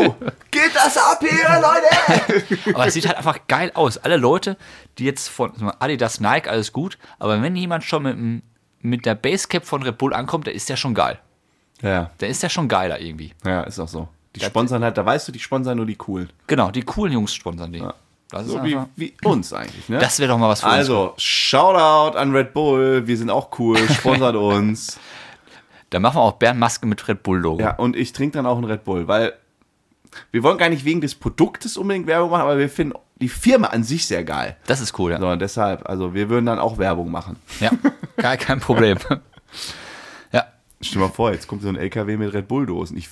Speaker 1: Oh, Geht das ab hier, Leute!
Speaker 2: Aber es sieht halt einfach geil aus. Alle Leute, die jetzt von sag mal, Adidas, Nike, alles gut, aber wenn jemand schon mit, dem- mit der Basecap von Red Bull ankommt, der ist ja schon geil.
Speaker 1: ja,
Speaker 2: Der ist <laughs> ja schon geiler irgendwie.
Speaker 1: ja, ist auch so. Die sponsern halt, da weißt du, die sponsern nur die coolen.
Speaker 2: Genau, die coolen Jungs sponsern die. Das, ist
Speaker 1: So wie,
Speaker 2: einfach,
Speaker 1: wie uns eigentlich, ne?
Speaker 2: das wäre doch mal was für uns.
Speaker 1: also, Shoutout an Red Bull, wir sind auch
Speaker 2: <laughs>
Speaker 1: cool, sponsert uns.
Speaker 2: Da machen wir auch Bärenmaske mit Red Bull-Logo.
Speaker 1: Ja, und ich trinke dann auch einen Red Bull, weil wir wollen gar nicht wegen des Produktes unbedingt Werbung machen, aber wir finden die Firma an sich sehr geil.
Speaker 2: Das ist cool, ja.
Speaker 1: So, und deshalb, also wir würden dann auch Werbung machen.
Speaker 2: Ja, gar kein Problem. ja.
Speaker 1: Stell dir mal vor, jetzt kommt so ein LKW mit Red Bull-Dosen. Ich,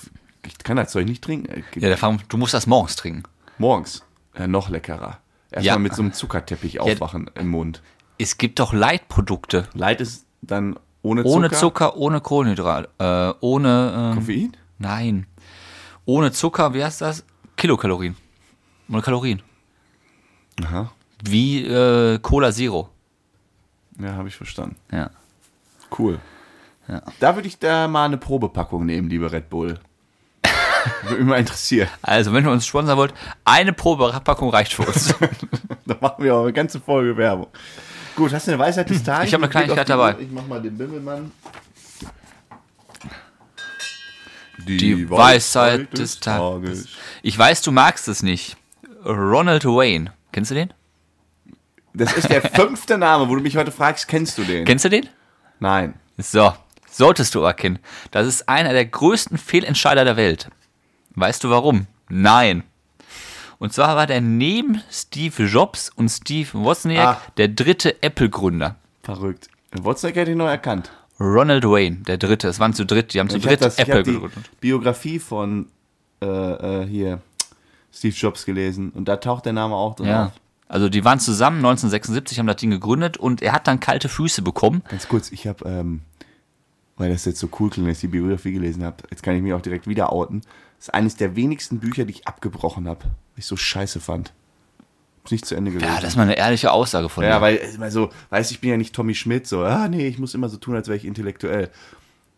Speaker 1: ich kann das Zeug nicht trinken. Äh,
Speaker 2: ja der Fang, du musst das morgens trinken.
Speaker 1: Morgens. Ja, noch leckerer. Erstmal
Speaker 2: Ja.
Speaker 1: mit so einem Zuckerteppich aufwachen im Mund.
Speaker 2: Es gibt doch Leitprodukte.
Speaker 1: Leid ist dann ohne Zucker.
Speaker 2: Ohne Zucker, ohne Kohlenhydrat. Äh, ohne. ähm,
Speaker 1: Koffein?
Speaker 2: nein. Ohne Zucker, wie heißt das? Kilokalorien. Ohne Kalorien.
Speaker 1: Aha.
Speaker 2: Wie äh, Cola Zero.
Speaker 1: Ja, habe ich verstanden.
Speaker 2: Ja.
Speaker 1: Cool. Da würde ich da mal eine Probepackung nehmen, liebe Red
Speaker 2: <laughs>
Speaker 1: Bull. Würde mich mal interessieren.
Speaker 2: Also, wenn ihr uns sponsern wollt, eine Probepackung reicht für uns.
Speaker 1: <laughs> Da machen wir aber eine ganze Folge Werbung. Gut, hast du eine Weisheit des Tages?
Speaker 2: Ich hab eine
Speaker 1: Mit Blick auf
Speaker 2: Kleinigkeit
Speaker 1: die
Speaker 2: dabei.
Speaker 1: Uhr. Ich mach mal den Bimmelmann.
Speaker 2: Die Weisheit des Tages. Ich weiß, du magst es nicht. Ronald Wayne. Kennst du den?
Speaker 1: Das ist der fünfte Name, wo du mich heute fragst, kennst du den?
Speaker 2: Kennst du den?
Speaker 1: Nein.
Speaker 2: So, solltest du erkennen. Das ist einer der größten Fehlentscheider der Welt. Weißt du warum? Nein. Und zwar war der neben Steve Jobs und Steve Wozniak
Speaker 1: Ah.
Speaker 2: der dritte Apple-Gründer.
Speaker 1: Verrückt. Wozniak hätte ich noch erkannt.
Speaker 2: Ronald Wayne, der dritte. Es waren zu dritt, die haben zu
Speaker 1: Ich habe
Speaker 2: dritt
Speaker 1: das ich
Speaker 2: Apple
Speaker 1: hab die
Speaker 2: gegründet.
Speaker 1: Biografie von äh, äh, hier Steve Jobs gelesen und da taucht der Name auch drin
Speaker 2: Ja.
Speaker 1: auf.
Speaker 2: Also die waren zusammen 1976, haben das Ding gegründet und er hat dann kalte Füße bekommen.
Speaker 1: Ganz kurz, ich habe, ähm, weil das jetzt so cool klingt, dass ich die Biografie gelesen habe, jetzt kann ich mich auch direkt wieder outen. Das ist eines der wenigsten Bücher, die ich abgebrochen habe, weil ich so scheiße fand. Ist nicht zu Ende gelesen.
Speaker 2: Ja, das ist mal eine ehrliche Aussage von
Speaker 1: Ja,
Speaker 2: dir.
Speaker 1: weil immer so, weißt du, ich bin ja nicht Tommy Schmidt, so, ah nee, ich muss immer so tun, als wäre ich intellektuell.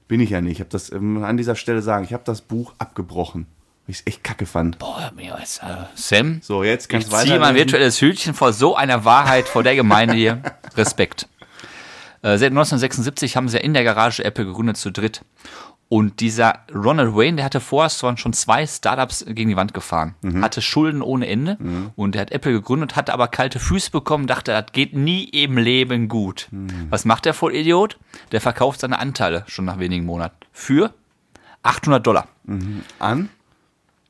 Speaker 1: Bin ich ja nicht. Ich habe das ähm, an dieser Stelle sagen, ich habe das Buch abgebrochen, weil ich es echt kacke fand.
Speaker 2: Boah, mir ist, äh, Sam,
Speaker 1: So, jetzt kannst
Speaker 2: Ich
Speaker 1: du weiter.
Speaker 2: <laughs> ziehe mein virtuelles Hütchen vor so einer Wahrheit vor der Gemeinde hier. Respekt. Äh, seit 1976 haben sie ja in der Garage Apple gegründet zu dritt. Und dieser Ronald Wayne, der hatte vorher schon zwei Startups gegen die Wand gefahren, hatte Schulden ohne Ende und der hat Apple gegründet, hatte aber kalte Füße bekommen, dachte, das geht nie im Leben gut. Was macht der Vollidiot? Der verkauft seine Anteile schon nach wenigen Monaten für 800 Dollar.
Speaker 1: An?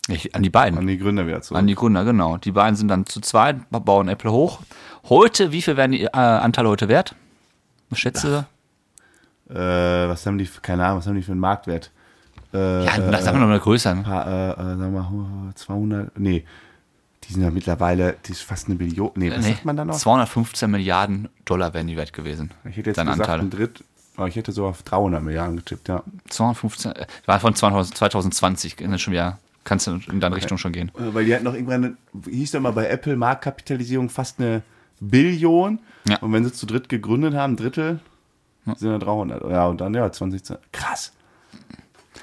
Speaker 2: Ich, an die beiden.
Speaker 1: An die Gründer wieder zurück.
Speaker 2: An die Gründer, genau. Die beiden sind dann zu zweit, bauen Apple hoch. Heute, wie viel werden die äh, Anteile heute wert? Was schätzt du?
Speaker 1: äh, was haben die, für- keine Ahnung, was haben die für einen Marktwert? Äh,
Speaker 2: Ja,
Speaker 1: äh,
Speaker 2: das haben wir noch eine größere.
Speaker 1: paar,
Speaker 2: Ne?
Speaker 1: äh, äh, sagen wir mal, 200, nee, die sind ja mittlerweile, die ist fast eine Billion, nee, was
Speaker 2: Nee,
Speaker 1: sagt man da noch?
Speaker 2: 215 Milliarden Dollar wären die wert gewesen.
Speaker 1: Ich hätte jetzt
Speaker 2: Seine
Speaker 1: gesagt,
Speaker 2: Anteile.
Speaker 1: ein Dritt, aber ich hätte so auf 300 Milliarden getippt, ja.
Speaker 2: 215, äh, war von 2000, 2020, ist das schon wieder, kannst du in deine Richtung schon gehen.
Speaker 1: Äh, Weil die hatten noch irgendwann, hieß doch mal bei Apple Marktkapitalisierung fast eine Billion.
Speaker 2: Ja.
Speaker 1: Und wenn sie zu dritt gegründet haben, ein Drittel, sind ja 300. Ja, und dann, ja, 20. Krass.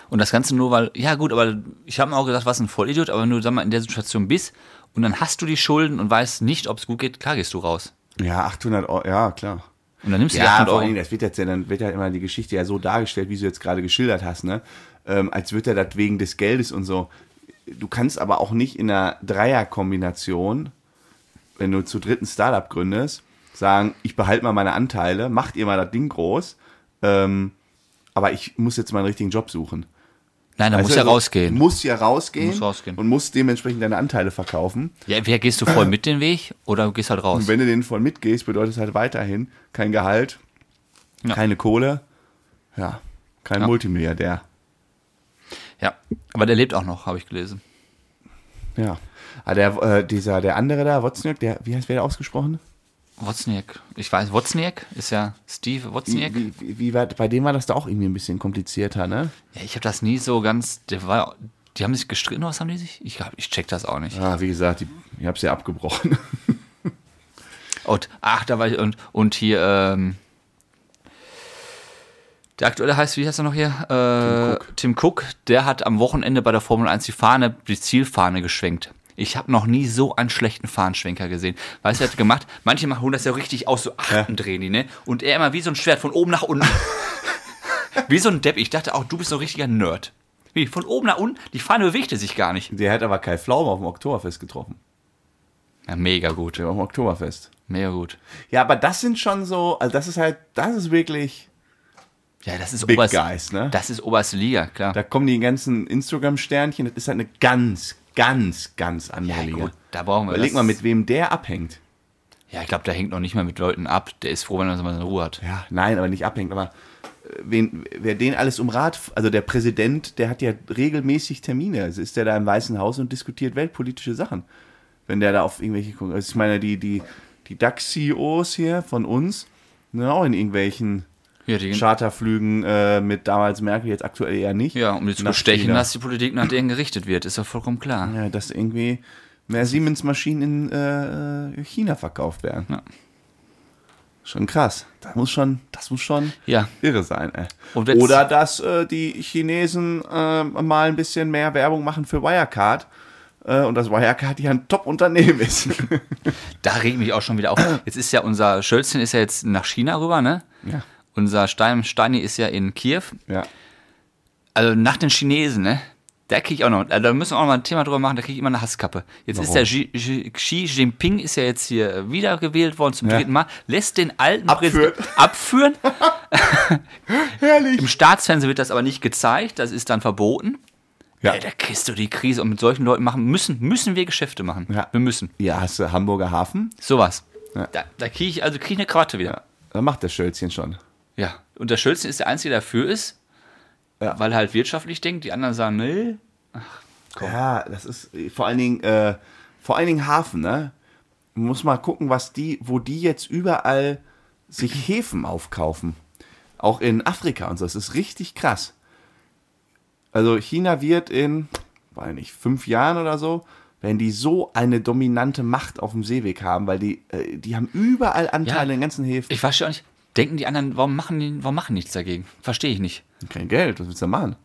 Speaker 2: Und das Ganze nur, weil, ja gut, aber ich habe mir auch gedacht, was ein Vollidiot, aber wenn du sag mal, in der Situation bist und dann hast du die Schulden und weißt nicht, ob es gut geht, klar gehst du raus.
Speaker 1: Ja, 800 Euro, ja, klar.
Speaker 2: Und dann nimmst du die
Speaker 1: Ja,
Speaker 2: 800
Speaker 1: vor
Speaker 2: Euro.
Speaker 1: allen Dingen, das wird jetzt ja, dann wird ja immer die Geschichte ja so dargestellt, wie du jetzt gerade geschildert hast, ne? Ähm, als wird er das wegen des Geldes und so. Du kannst aber auch nicht in einer Dreierkombination, wenn du zu dritten Startup gründest, sagen, ich behalte mal meine Anteile, macht ihr mal das Ding groß, ähm, aber ich muss jetzt meinen richtigen Job suchen.
Speaker 2: Nein, da
Speaker 1: Weißt
Speaker 2: muss
Speaker 1: du,
Speaker 2: ja
Speaker 1: also,
Speaker 2: rausgehen.
Speaker 1: Muss ja rausgehen,
Speaker 2: Muss rausgehen.
Speaker 1: und muss dementsprechend deine Anteile verkaufen.
Speaker 2: Ja, entweder gehst du voll mit den Weg oder du gehst halt raus.
Speaker 1: Und wenn du den voll mitgehst, bedeutet es halt weiterhin kein Gehalt,
Speaker 2: Ja.
Speaker 1: keine Kohle, ja, kein
Speaker 2: Ja.
Speaker 1: Multimilliardär.
Speaker 2: Ja, aber der lebt auch noch, habe ich gelesen.
Speaker 1: Ja. Ah, der, äh, dieser, der andere da, Wozniak, der, wie heißt wer ausgesprochen?
Speaker 2: Wozniak, ich weiß, Wozniak ist ja Steve Wozniak.
Speaker 1: Wie, wie, wie war, bei dem war das da auch irgendwie ein bisschen komplizierter, ne?
Speaker 2: Ja, ich habe das nie so ganz. Der war, die haben sich gestritten, oder was haben die sich? Ich, hab- ich check das auch nicht.
Speaker 1: Ah, wie gesagt, die, ich hab's ja abgebrochen.
Speaker 2: Und ach, da war ich und und hier. Ähm, der aktuelle heißt, wie heißt er noch hier? Äh, Tim, Cook. der hat am Wochenende bei der Formel 1 die Fahne, die Zielfahne geschwenkt. Ich habe noch nie so einen schlechten Fahnenschwenker gesehen. Weißt du, er hat gemacht, manche machen das ja richtig aus, so Achten drehen die, ne? Und er immer wie so ein Schwert von oben nach <laughs> unten. wie so ein Depp. Ich dachte auch, du bist so ein richtiger Nerd. Wie, von oben nach unten? Die Fahne bewegte sich gar nicht.
Speaker 1: <laughs> Der hat aber Kai Pflaume auf dem Oktoberfest getroffen.
Speaker 2: Ja, mega gut.
Speaker 1: Der war auf dem Oktoberfest.
Speaker 2: Mega gut.
Speaker 1: Ja, aber das sind schon so, also das ist halt, das ist wirklich
Speaker 2: Ja, das ist
Speaker 1: Big
Speaker 2: oberste.
Speaker 1: Guys, ne?
Speaker 2: Das ist oberste Liga, klar.
Speaker 1: Da kommen die ganzen Instagram-Sternchen, das ist halt eine ganz, ganz, ganz andere
Speaker 2: Ja,
Speaker 1: Liga.
Speaker 2: gut, da brauchen wir
Speaker 1: Überleg
Speaker 2: das-
Speaker 1: mal, mit wem der abhängt.
Speaker 2: Ja, ich glaube, der hängt noch nicht mal mit Leuten ab. Der ist froh, wenn er mal seine Ruhe hat.
Speaker 1: Ja, nein, aber nicht abhängt. Aber äh, wen, wer den alles um Rat, f- also der Präsident, der hat ja regelmäßig Termine. Also ist der da im Weißen Haus und diskutiert weltpolitische Sachen. Wenn der da auf irgendwelche, guckt. also ich meine, die, die, die DAX-CEOs hier von uns, sind auch in irgendwelchen
Speaker 2: Ja, die,
Speaker 1: Charterflügen äh, mit damals Merkel, jetzt aktuell eher nicht.
Speaker 2: ja um die zu
Speaker 1: Nach
Speaker 2: bestechen,
Speaker 1: China.
Speaker 2: dass die Politik nach denen gerichtet wird. Ist doch vollkommen klar.
Speaker 1: Ja, dass irgendwie mehr Siemens-Maschinen in äh, China verkauft werden.
Speaker 2: Ja.
Speaker 1: Schon krass. Das muss schon, das muss schon
Speaker 2: Ja.
Speaker 1: irre sein. Ey.
Speaker 2: Und wenn's-
Speaker 1: Oder dass äh, die Chinesen äh, mal ein bisschen mehr Werbung machen für Wirecard. Äh, und dass Wirecard ja ein Top-Unternehmen ist.
Speaker 2: Da regt mich auch
Speaker 1: <coughs>
Speaker 2: schon wieder auf. Jetzt ist ja unser Schölzchen ist ja jetzt nach China rüber, ne?
Speaker 1: <laughs> Ja.
Speaker 2: Unser Stein, Steini ist ja in Kiew.
Speaker 1: ja.
Speaker 2: Also nach den Chinesen, ne? Da krieg ich auch noch, also da müssen wir auch noch mal ein Thema drüber machen, da krieg ich immer eine Hasskappe. Jetzt ist der Xi, Xi, Xi Jinping ist ja jetzt hier wiedergewählt worden zum
Speaker 1: Ja.
Speaker 2: dritten Mal, lässt den alten
Speaker 1: Abführen.
Speaker 2: Präsidenten abführen
Speaker 1: Herrlich.
Speaker 2: Im Staatsfernsehen wird das aber nicht gezeigt, das ist dann verboten.
Speaker 1: Ja.
Speaker 2: Ey, da kriegst du die Krise und mit solchen Leuten machen müssen, müssen wir Geschäfte machen.
Speaker 1: Ja.
Speaker 2: Wir müssen.
Speaker 1: Ja, hast du Hamburger Hafen?
Speaker 2: Sowas.
Speaker 1: Ja.
Speaker 2: Da, da kriege ich, also krieg ich eine Krawatte wieder.
Speaker 1: Ja. Da macht das Schölzchen schon.
Speaker 2: Ja. Und der Schulzen ist der Einzige, der dafür ist,
Speaker 1: Ja.
Speaker 2: weil er halt wirtschaftlich denkt, die anderen sagen, nee.
Speaker 1: Ja, das ist äh, vor allen Dingen, äh, vor allen Dingen Hafen, ne? Man muss mal gucken, was die, wo die jetzt überall sich Häfen aufkaufen. Auch in Afrika und so. Das ist richtig krass. Also China wird in, weiß nicht, fünf Jahren oder so, werden die so eine dominante Macht auf dem Seeweg haben, weil die, äh, die haben überall Anteile
Speaker 2: Ja.
Speaker 1: in den ganzen Häfen.
Speaker 2: Ich weiß schon nicht, denken die anderen, warum machen die, warum machen die nichts dagegen? Verstehe ich nicht.
Speaker 1: Kein Geld, was willst du da machen?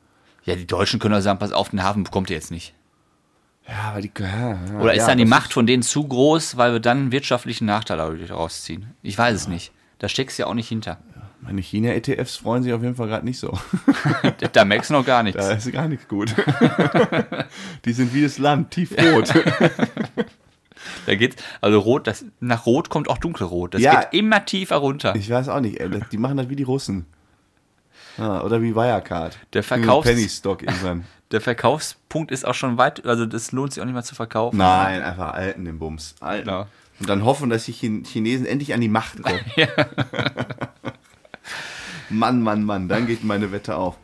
Speaker 2: Ja, die Deutschen können doch sagen, pass auf, den Hafen bekommt ihr jetzt nicht.
Speaker 1: Ja, aber die. Ja, ja,
Speaker 2: Oder
Speaker 1: ja,
Speaker 2: ist dann die
Speaker 1: das
Speaker 2: Macht von denen zu groß, weil wir dann wirtschaftlichen Nachteil dadurch rausziehen? Ich weiß es nicht. Da steckst du ja auch nicht hinter.
Speaker 1: Meine China-ETFs freuen sich auf jeden Fall gerade nicht so.
Speaker 2: Da merkst du noch gar nichts.
Speaker 1: Da ist gar nichts gut. <laughs> Die sind wie das Land, tiefrot.
Speaker 2: Da geht also rot, das, nach rot kommt auch dunkelrot. Das
Speaker 1: Ja.
Speaker 2: geht immer tiefer runter.
Speaker 1: <laughs> Ich weiß auch nicht, ey, das- die machen das wie die Russen. Ja, oder wie Wirecard.
Speaker 2: Der Verkaufs-
Speaker 1: Penny Stock irgendwann.
Speaker 2: Der Verkaufspunkt ist auch schon weit, also das lohnt sich auch nicht mal zu verkaufen.
Speaker 1: Nein, einfach alten den Bums. Alten.
Speaker 2: Ja.
Speaker 1: Und dann hoffen, dass die Chin Chinesen endlich an die Macht
Speaker 2: <laughs>
Speaker 1: kommen. Mann, Mann, Mann, dann geht meine Wette auf.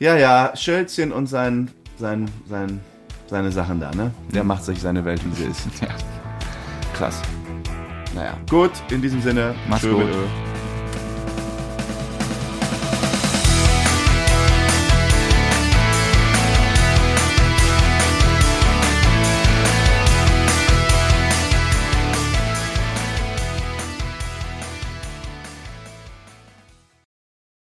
Speaker 1: Ja, ja, Schölzchen und sein, sein, sein, seine Sachen da, ne? Der macht sich seine Welt, wie sie ist.
Speaker 2: Ja.
Speaker 1: Krass. Naja, gut, in diesem Sinne.
Speaker 2: Macht's
Speaker 1: tschö
Speaker 2: gut.
Speaker 1: mit Ö.